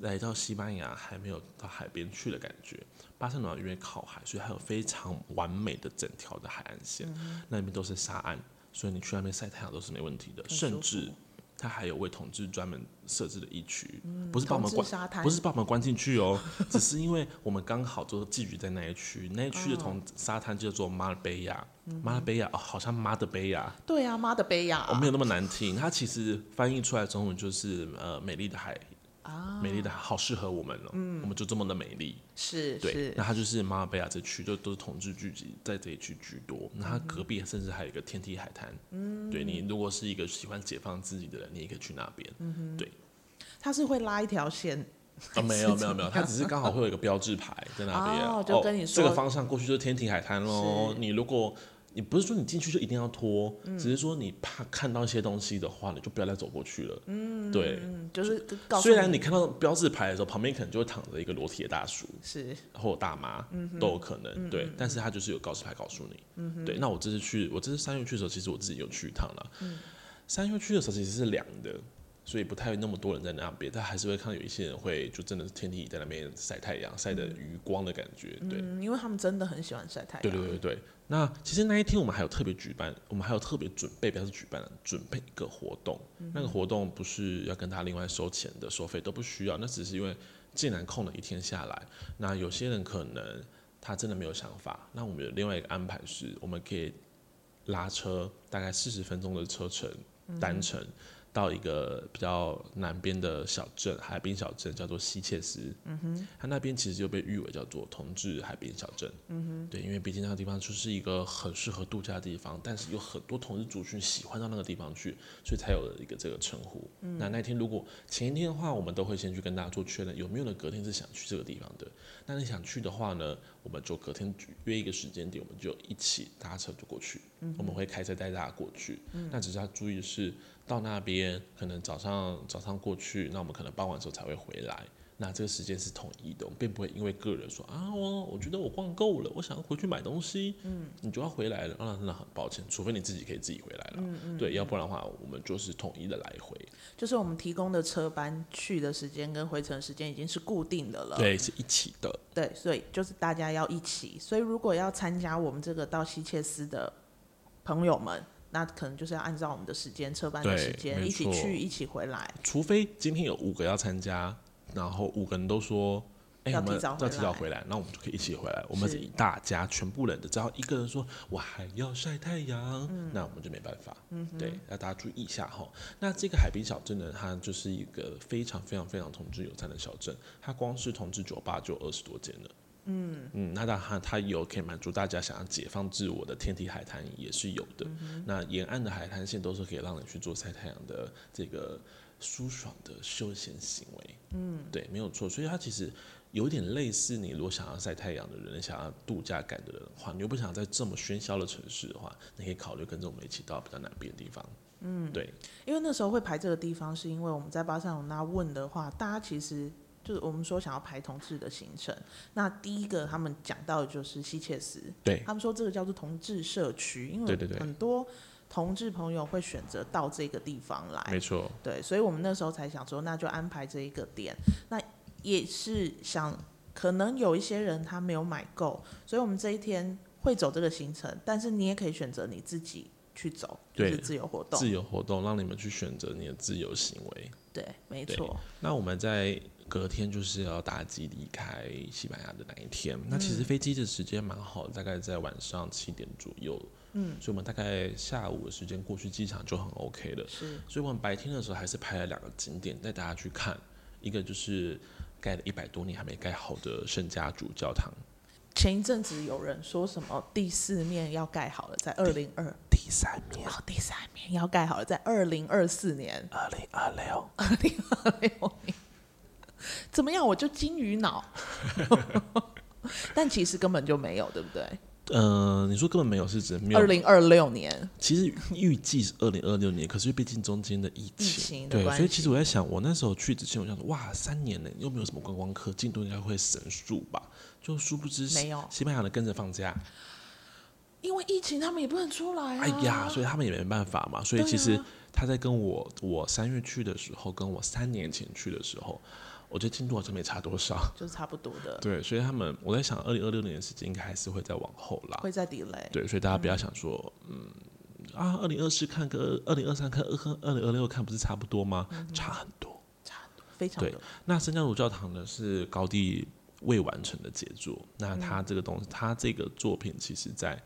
[SPEAKER 2] 来到西班牙还没有到海边去的感觉。巴塞罗那因为靠海，所以它有非常完美的整条的海岸线，
[SPEAKER 1] 嗯
[SPEAKER 2] 那里面都是沙岸，所以你去那边晒太阳都是没问题的。
[SPEAKER 1] 舒服
[SPEAKER 2] 甚至它还有为同志专门设置的一区，不
[SPEAKER 1] 不
[SPEAKER 2] 是把我们
[SPEAKER 1] 嗯
[SPEAKER 2] 关，
[SPEAKER 1] 沙滩，
[SPEAKER 2] 不是把我们关进去哦，只是因为我们刚好就寄居在那一区，那一
[SPEAKER 1] 嗯
[SPEAKER 2] 区的同沙滩叫做马尔贝亚，马尔贝亚哦，好像马德贝亚，
[SPEAKER 1] 对啊，妈的贝亚，
[SPEAKER 2] 哦，没有那么难听，它其实翻译出来中文就是呃美丽的海。
[SPEAKER 1] 啊，
[SPEAKER 2] 美丽的好适合我们哦，我们就这么的美丽。
[SPEAKER 1] 是
[SPEAKER 2] 对，
[SPEAKER 1] 是
[SPEAKER 2] 那它就是马尔贝亚这区，就都是同志聚集，在这一区居多。那
[SPEAKER 1] 嗯
[SPEAKER 2] 它隔壁甚至还有一个天梯海滩，嗯，对你如果是一个喜欢解放自己的人，你也可以去那边。
[SPEAKER 1] 嗯它是会拉一条线，
[SPEAKER 2] 啊，没有没有没有，
[SPEAKER 1] 还
[SPEAKER 2] 它
[SPEAKER 1] 是
[SPEAKER 2] 只是刚好会有一个标志牌在那边，
[SPEAKER 1] 哦就跟你说
[SPEAKER 2] 这个方向过去就是天体海滩喽
[SPEAKER 1] 是。嗯
[SPEAKER 2] 你如果你不是说你进去就一定要脱，只是说你怕看到一些东西的话，你就不要再走过去了。嗯，对。
[SPEAKER 1] 嗯，就是告诉
[SPEAKER 2] 虽然你看到标志牌的时候，旁边可能就会躺着一个裸体的大叔，
[SPEAKER 1] 是
[SPEAKER 2] 或者大妈、
[SPEAKER 1] 嗯
[SPEAKER 2] 都有可能，对，但是他就是有告示牌告诉你，对。那我这次去，我这次三月去的时候，其实我自己有去一趟了。
[SPEAKER 1] 嗯
[SPEAKER 2] 三月去的时候其实是凉的，所以不太有那么多人在那边，但还是会看到有一些人会就真的是天体在那边晒太阳，晒的余光的感觉，对。
[SPEAKER 1] 嗯，因为他们真的很喜欢晒太阳，
[SPEAKER 2] 对对对对对，那其实那一天我们还有特别举办，我们还有特别准备，不要是举办了，准备一个活动。那个活动不是要跟他另外收钱的，收费都不需要，那只是因为既然空了一天下来，那有些人可能他真的没有想法，那我们有另外一个安排是，我们可以拉车，大概四十分钟的车程，单程。到一个比较南边的小镇，海滨小镇叫做西切斯。嗯哼，它那边其实就被誉为叫做同志海滨小镇。对，因为毕竟那个地方就是一个很适合度假的地方，但是有很多同志族群喜欢到那个地方去，所以才有了一个这个称呼。那那天如果前一天的话，我们都会先去跟大家做确认，有没有人隔天是想去这个地方的。那你想去的话呢，我们就隔天约一个时间点，我们就一起搭车就过去。我们会开车带大家过去。那只是要注意的是，到那边可能早上早上过去，那我们可能傍晚的时候才会回来。那这个时间是统一的，我们并不会因为个人说啊，我我觉得我逛够了，我想要回去买东西，嗯，你就要回来了。啊，那很抱歉，除非你自己可以自己回来了，
[SPEAKER 1] 嗯
[SPEAKER 2] 对，要不然的话，我们就是统一的来回，
[SPEAKER 1] 就是我们提供的车班去的时间跟回程时间已经是固定的了，
[SPEAKER 2] 啊对，是一起的。
[SPEAKER 1] 对，所以就是大家要一起。所以如果要参加我们这个到西切斯的朋友们，那可能就是要按照我们的时间车班的
[SPEAKER 2] 对
[SPEAKER 1] 时间
[SPEAKER 2] 没
[SPEAKER 1] 一起
[SPEAKER 2] 错
[SPEAKER 1] 去，一起回来。
[SPEAKER 2] 除非今天有五个要参加，然后五个人都说，哎、
[SPEAKER 1] 要
[SPEAKER 2] 我们
[SPEAKER 1] 提早回
[SPEAKER 2] 要提
[SPEAKER 1] 来
[SPEAKER 2] 早回来，那我们就可以一起回来。我们
[SPEAKER 1] 是
[SPEAKER 2] 是一大家全部人的，只要一个人说我还要晒太阳，那我们就没办法。对，要大家注意一下哈。那这个海滨小镇呢，它就是一个非常非常非常同志友善的小镇，它光是同志酒吧就有二十多间了。嗯嗯，那当然它，它有可以满足大家想要解放自我的天体海滩也是有的。那沿岸的海滩线都是可以让你去做晒太阳的这个舒爽的休闲行为。嗯，对，没有错。所以它其实有点类似你如果想要晒太阳的人，想要度假感的人的话，你又不想在这么喧嚣的城市的话，你可以考虑跟着我们一起到比较南边的地方。嗯，对，
[SPEAKER 1] 因为那时候会排这个地方，是因为我们在巴塞罗那问的话，大家其实就是我们说想要排同志的行程，那第一个他们讲到的就是西切斯，
[SPEAKER 2] 对
[SPEAKER 1] 他们说这个叫做同志社区，因
[SPEAKER 2] 对
[SPEAKER 1] 为
[SPEAKER 2] 对对
[SPEAKER 1] 很多同志朋友会选择到这个地方来
[SPEAKER 2] 没，错，
[SPEAKER 1] 对，所以我们那时候才想说，那就安排这一个点，那也是想可能有一些人他没有买够，所以我们这一天会走这个行程，但是你也可以选择你自己去走，就
[SPEAKER 2] 对
[SPEAKER 1] 是自由活动，
[SPEAKER 2] 自由活动让你们去选择你的自由行为。
[SPEAKER 1] 对，没
[SPEAKER 2] 对
[SPEAKER 1] 错，
[SPEAKER 2] 那我们在隔天就是要搭机离开西班牙的那一天。那其实飞机的时间蛮好的，大概在晚上七点左右。嗯，所以我们大概下午的时间过去机场就很 OK 了。
[SPEAKER 1] 是
[SPEAKER 2] 所以我们白天的时候还是拍了两个景点带大家去看，一个就是盖了一百多年还没盖好的圣家主教堂，
[SPEAKER 1] 前一阵子有人说什么第四面要盖好了，在二零二，
[SPEAKER 2] 第三面，
[SPEAKER 1] 然后第三面要盖好了，在二零二四年
[SPEAKER 2] 二零二六。
[SPEAKER 1] 哎呦怎么样？我就金鱼脑， 但其实根本就没有，对不对？
[SPEAKER 2] 呃，你说根本没有是指没有
[SPEAKER 1] 二零二六年，
[SPEAKER 2] 其实预计是二零二六年，可是毕竟中间的疫情，
[SPEAKER 1] 疫情的
[SPEAKER 2] 对，
[SPEAKER 1] 关
[SPEAKER 2] 所
[SPEAKER 1] 系
[SPEAKER 2] 以其实我在想，我那时候去之前，我想说，哇，三年呢，又没有什么观光客，进度应该会神速吧？就殊不知
[SPEAKER 1] 没有
[SPEAKER 2] 西班牙的跟着放假，
[SPEAKER 1] 因为疫情他们也不能出来、啊。
[SPEAKER 2] 哎呀，所以他们也没办法嘛。所以
[SPEAKER 1] 对啊
[SPEAKER 2] 其实他在跟我我三月去的时候，跟我三年前去的时候，我觉得进度好像没差多少。
[SPEAKER 1] 就是差不多的，
[SPEAKER 2] 对，所以他们我在想，二零二六年的时间应该还是会再往后拉。
[SPEAKER 1] 会在 delay。
[SPEAKER 2] 对，所以大家不要想说，嗯啊，二零二四看跟二零二三看，二二零二六看不是差不多吗？
[SPEAKER 1] 嗯
[SPEAKER 2] 差很多。
[SPEAKER 1] 非常
[SPEAKER 2] 对
[SPEAKER 1] 的
[SPEAKER 2] 那圣家儒教堂呢是高地未完成的杰作，那他这个东西，他这个作品其实在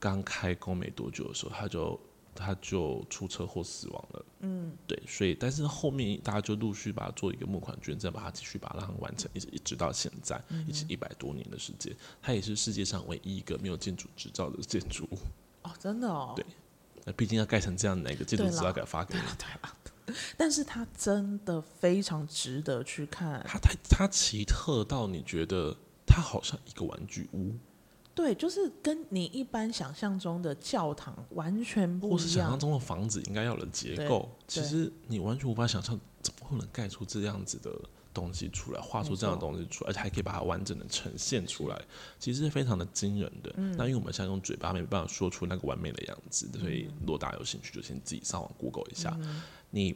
[SPEAKER 2] 刚开工没多久的时候，他就他就出车祸死亡了。嗯，对，所以但是后面大家就陆续把它做一个募款捐赠，把它继续把它让它完成，一直一直到现在，已经一百多年的时间，它也是世界上唯一一个没有建筑执照的建筑物。
[SPEAKER 1] 哦，真的哦。
[SPEAKER 2] 对那毕竟要盖成这样，哪个建筑资料敢发给你？
[SPEAKER 1] 对吧？但是它真的非常值得去看。
[SPEAKER 2] 它太它奇特到你觉得它好像一个玩具屋，
[SPEAKER 1] 对，就是跟你一般想象中的教堂完全
[SPEAKER 2] 或
[SPEAKER 1] 不
[SPEAKER 2] 是
[SPEAKER 1] 一
[SPEAKER 2] 想
[SPEAKER 1] 样
[SPEAKER 2] 象。中的房子应该要有的结构，
[SPEAKER 1] 对
[SPEAKER 2] 其
[SPEAKER 1] 对
[SPEAKER 2] 实你完全无法想象怎么会能盖出这样子的东西出来，画出这样的东西出来，而且还可以把它完整的呈现出来，其实是非常的惊人的。
[SPEAKER 1] 嗯
[SPEAKER 2] 那因为我们现在用嘴巴没办法说出那个完美的样子，所以
[SPEAKER 1] 嗯
[SPEAKER 2] 如果大家有兴趣，就先自己上网 Google 一下。你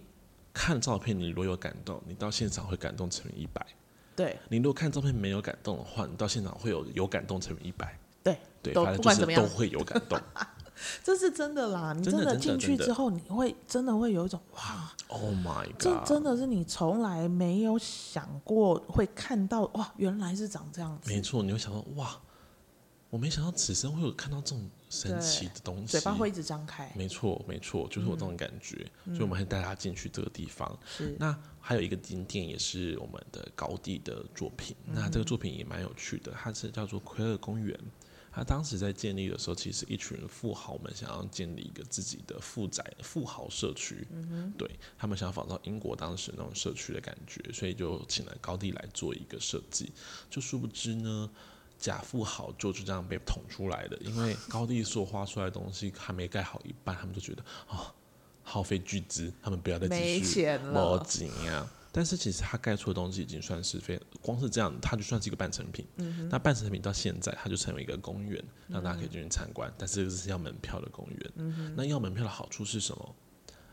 [SPEAKER 2] 看照片，你如果有感动，你到现场会感动乘以一百。
[SPEAKER 1] 对
[SPEAKER 2] 你如果看照片没有感动的话，你到现场会有有感动乘以一百，
[SPEAKER 1] 对，
[SPEAKER 2] 对，
[SPEAKER 1] 都
[SPEAKER 2] 反正
[SPEAKER 1] 不
[SPEAKER 2] 就
[SPEAKER 1] 管
[SPEAKER 2] 是
[SPEAKER 1] 怎么
[SPEAKER 2] 都
[SPEAKER 1] 样
[SPEAKER 2] 会有感 动。
[SPEAKER 1] 这是真的啦！你
[SPEAKER 2] 真的真的
[SPEAKER 1] 进去
[SPEAKER 2] 真的
[SPEAKER 1] 之后，你会真的会有一种哇，
[SPEAKER 2] oh my god！
[SPEAKER 1] 这真的是你从来没有想过会看到哇，原来是长这样子
[SPEAKER 2] 没。错，你会想到哇，我没想到此生会有看到这种神奇的东西，
[SPEAKER 1] 嘴巴会一直嗯张开，
[SPEAKER 2] 没错没错，就是我这种感觉，所以我们会带他进去这个地方。
[SPEAKER 1] 是
[SPEAKER 2] 那还有一个景点也是我们的高地的作品，
[SPEAKER 1] 嗯
[SPEAKER 2] 那这个作品也蛮有趣的，它是叫做奎尔公园。它当时在建立的时候，其实一群富豪们想要建立一个自己的富宅富豪社区，
[SPEAKER 1] 嗯
[SPEAKER 2] 对他们想要仿照英国当时那种社区的感觉，所以就请了高地来做一个设计。就殊不知呢，假富豪就是这样被捅出来的，因为高地所画出来的东西还没盖好一半，他们就觉得啊、耗费巨资，他们不要再继
[SPEAKER 1] 没
[SPEAKER 2] 续
[SPEAKER 1] 钱
[SPEAKER 2] 没
[SPEAKER 1] 了。
[SPEAKER 2] 紧啊。但是其实他盖出的东西已经算是非，光是这样，它就算是一个半成品。嗯、那半成品到现在，它就成为一个公园，让大家可以进去参观。但是这是要门票的公园。嗯、那要门票的好处是什么？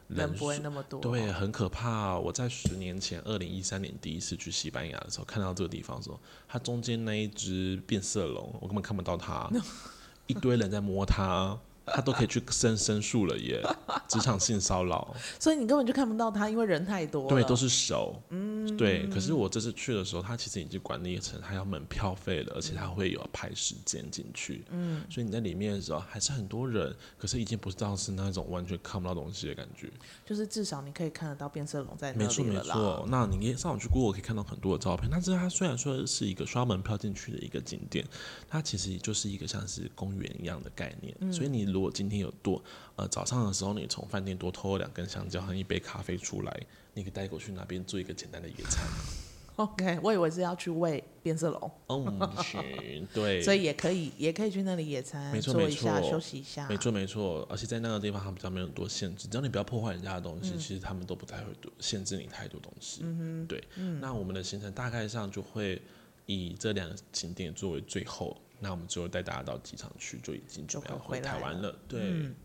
[SPEAKER 1] 人
[SPEAKER 2] 人
[SPEAKER 1] 不会
[SPEAKER 2] 数
[SPEAKER 1] 那么多，
[SPEAKER 2] 对，很可怕、我在十年前，二零一三年第一次去西班牙的时候，看到这个地方的时候，它中间那一只变色龙，我根本看不到 它，一堆人在摸它，它都可以去申申诉了耶，职场性骚扰，
[SPEAKER 1] 所以你根本就看不到它，因为人太多了。
[SPEAKER 2] 对，都是手，嗯，对。可是我这次去的时候，它其实已经管理成它要门票费了，而且它会有排时间进去，嗯，所以你在里面的时候还是很多人，可是已经不知道是那种完全看不到东西的感觉。
[SPEAKER 1] 就是至少你可以看得到变色龙在那
[SPEAKER 2] 没错
[SPEAKER 1] 里
[SPEAKER 2] 没
[SPEAKER 1] 了啦。
[SPEAKER 2] 错，那你可以上网去 Google 可以看到很多的照片。但是它虽然说是一个刷门票进去的一个景点，它其实就是一个像是公园一样的概念。所以你如果今天有多呃早上的时候，你从饭店多偷了两根香蕉和一杯咖啡出来，你可以带过去那边做一个简单的野餐。
[SPEAKER 1] OK，我以为是要去喂变色龙，
[SPEAKER 2] 嗯，是，对，
[SPEAKER 1] 所以也可以，也可以去那里野餐，
[SPEAKER 2] 没错
[SPEAKER 1] 坐
[SPEAKER 2] 没
[SPEAKER 1] 一下，
[SPEAKER 2] 错
[SPEAKER 1] 休息一下。
[SPEAKER 2] 没错没错，而且在那个地方他们比较没有多限制，只要你不要破坏人家的东西，
[SPEAKER 1] 嗯
[SPEAKER 2] 其实他们都不太会多限制你太多东西。嗯对，那我们的行程大概上就会以这两个景点作为最后，那我们最后带大家到机场去，就已经准备要
[SPEAKER 1] 就会
[SPEAKER 2] 回
[SPEAKER 1] 回来
[SPEAKER 2] 台湾了。对，
[SPEAKER 1] 嗯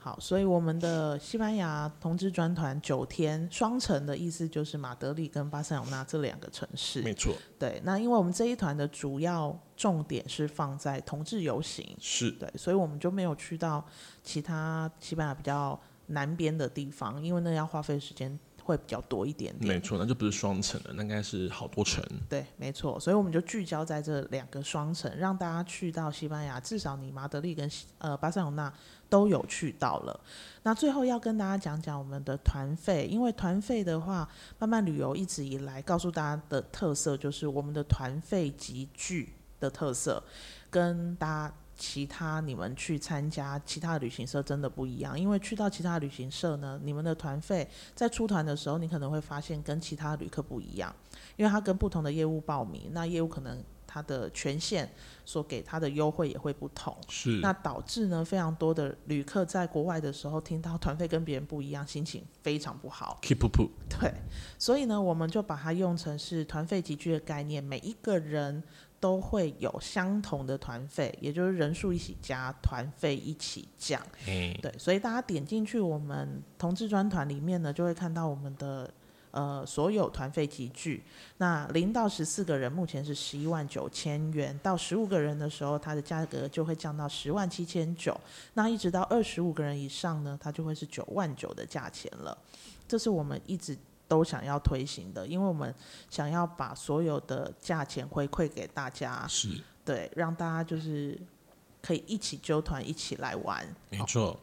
[SPEAKER 1] 好，所以我们的西班牙同志专团九天双城的意思就是马德里跟巴塞罗那这两个城市。
[SPEAKER 2] 没错，
[SPEAKER 1] 对，那因为我们这一团的主要重点是放在同志游行，
[SPEAKER 2] 是
[SPEAKER 1] 对，所以我们就没有去到其他西班牙比较南边的地方，因为那要花费时间会比较多一点点。
[SPEAKER 2] 没错，那就不是双层了，那应该是好多层。
[SPEAKER 1] 对，没错，所以我们就聚焦在这两个双城，让大家去到西班牙，至少你马德里跟西呃巴塞罗那都有去到了。那最后要跟大家讲讲我们的团费，因为团费的话，慢慢旅游一直以来告诉大家的特色就是我们的团费集聚的特色，跟大家。其他你们去参加其他的旅行社真的不一样，因为去到其他的旅行社呢，你们的团费在出团的时候，你可能会发现跟其他旅客不一样。因为他跟不同的业务报名，那业务可能他的权限所给他的优惠也会不同，
[SPEAKER 2] 是
[SPEAKER 1] 那导致呢非常多的旅客在国外的时候听到团费跟别人不一样，心情非常不好。
[SPEAKER 2] keep up，
[SPEAKER 1] 对，所以呢，我们就把它用成是团费集聚的概念，每一个人都会有相同的团费，也就是人数一起加，团费一起降。
[SPEAKER 2] 嘿，
[SPEAKER 1] 对，所以大家点进去我们同志专团里面呢，就会看到我们的呃所有团费集聚。那零到十四个人目前是十一万九千元，到十五个人的时候，它的价格就会降到十万七千九。那一直到二十五个人以上呢，它就会是九万九的价钱了。这是我们一直。都想要推行的，因为我们想要把所有的价钱回馈给大家，
[SPEAKER 2] 是
[SPEAKER 1] 对，让大家就是可以一起揪团，一起来玩。
[SPEAKER 2] 没错，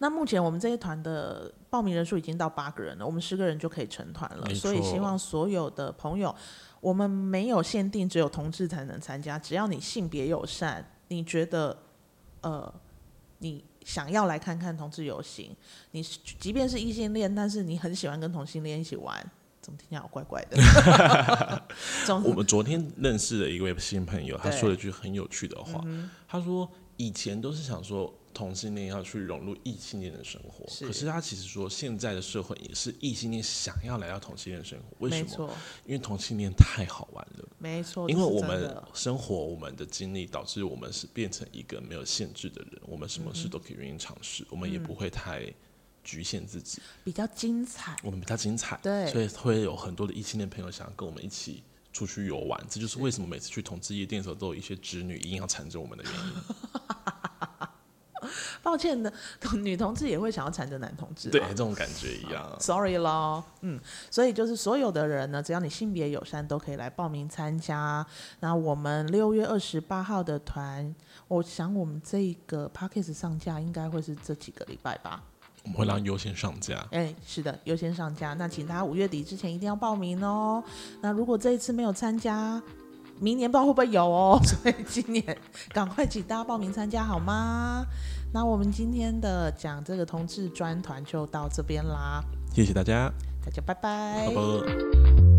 [SPEAKER 1] 那目前我们这一团的报名人数已经到八个人了，我们十个人就可以成团了
[SPEAKER 2] 没，错
[SPEAKER 1] 所以希望所有的朋友，我们没有限定只有同志才能参加，只要你性别友善，你觉得呃你想要来看看同志游行，你是即便是异性恋，但是你很喜欢跟同性恋一起玩，怎么听起来好怪怪的？ 总
[SPEAKER 2] 我们昨天认识了一位新朋友，他
[SPEAKER 1] 对嗯
[SPEAKER 2] 说了一句很有趣的话，他说以前都是想说同性恋要去融入异性恋的生活，
[SPEAKER 1] 是
[SPEAKER 2] 可是他其实说现在的社会也是异性恋想要来到同性恋生活，为
[SPEAKER 1] 没
[SPEAKER 2] 什么？
[SPEAKER 1] 错，
[SPEAKER 2] 因为同性恋太好玩了。
[SPEAKER 1] 没错，
[SPEAKER 2] 因
[SPEAKER 1] 这
[SPEAKER 2] 为
[SPEAKER 1] 是
[SPEAKER 2] 我
[SPEAKER 1] 真
[SPEAKER 2] 们
[SPEAKER 1] 的
[SPEAKER 2] 生活、我们的经历，导致我们是变成一个没有限制的人，我们什么
[SPEAKER 1] 嗯
[SPEAKER 2] 事都可以愿意尝试，我们也不会太局限自己，
[SPEAKER 1] 比较精彩。
[SPEAKER 2] 我们比较精彩，
[SPEAKER 1] 对
[SPEAKER 2] 所以会有很多的异性恋朋友想要跟我们一起。出去游玩，这就是为什么每次去同志夜店的时候，都有一些直女硬要缠着我们的原因。
[SPEAKER 1] 抱歉的，女同志也会想要缠着男同志、啊，
[SPEAKER 2] 对，这种感觉一样。
[SPEAKER 1] Sorry 咯，嗯，所以就是所有的人呢，只要你性别友善，都可以来报名参加。那我们六月二十八号的团，我想我们这一个 p a c k a g e 上架应该会是这几个礼拜吧？
[SPEAKER 2] 我们会让优先上架。
[SPEAKER 1] 哎，是的，优先上架。那请大家五月底之前一定要报名哦。那如果这一次没有参加，明年不知道会不会有哦， 所以今年赶快请大家报名参加好吗？那我们今天的讲这个同志专团就到这边啦，
[SPEAKER 2] 谢谢大家，
[SPEAKER 1] 大家拜拜。
[SPEAKER 2] 好不？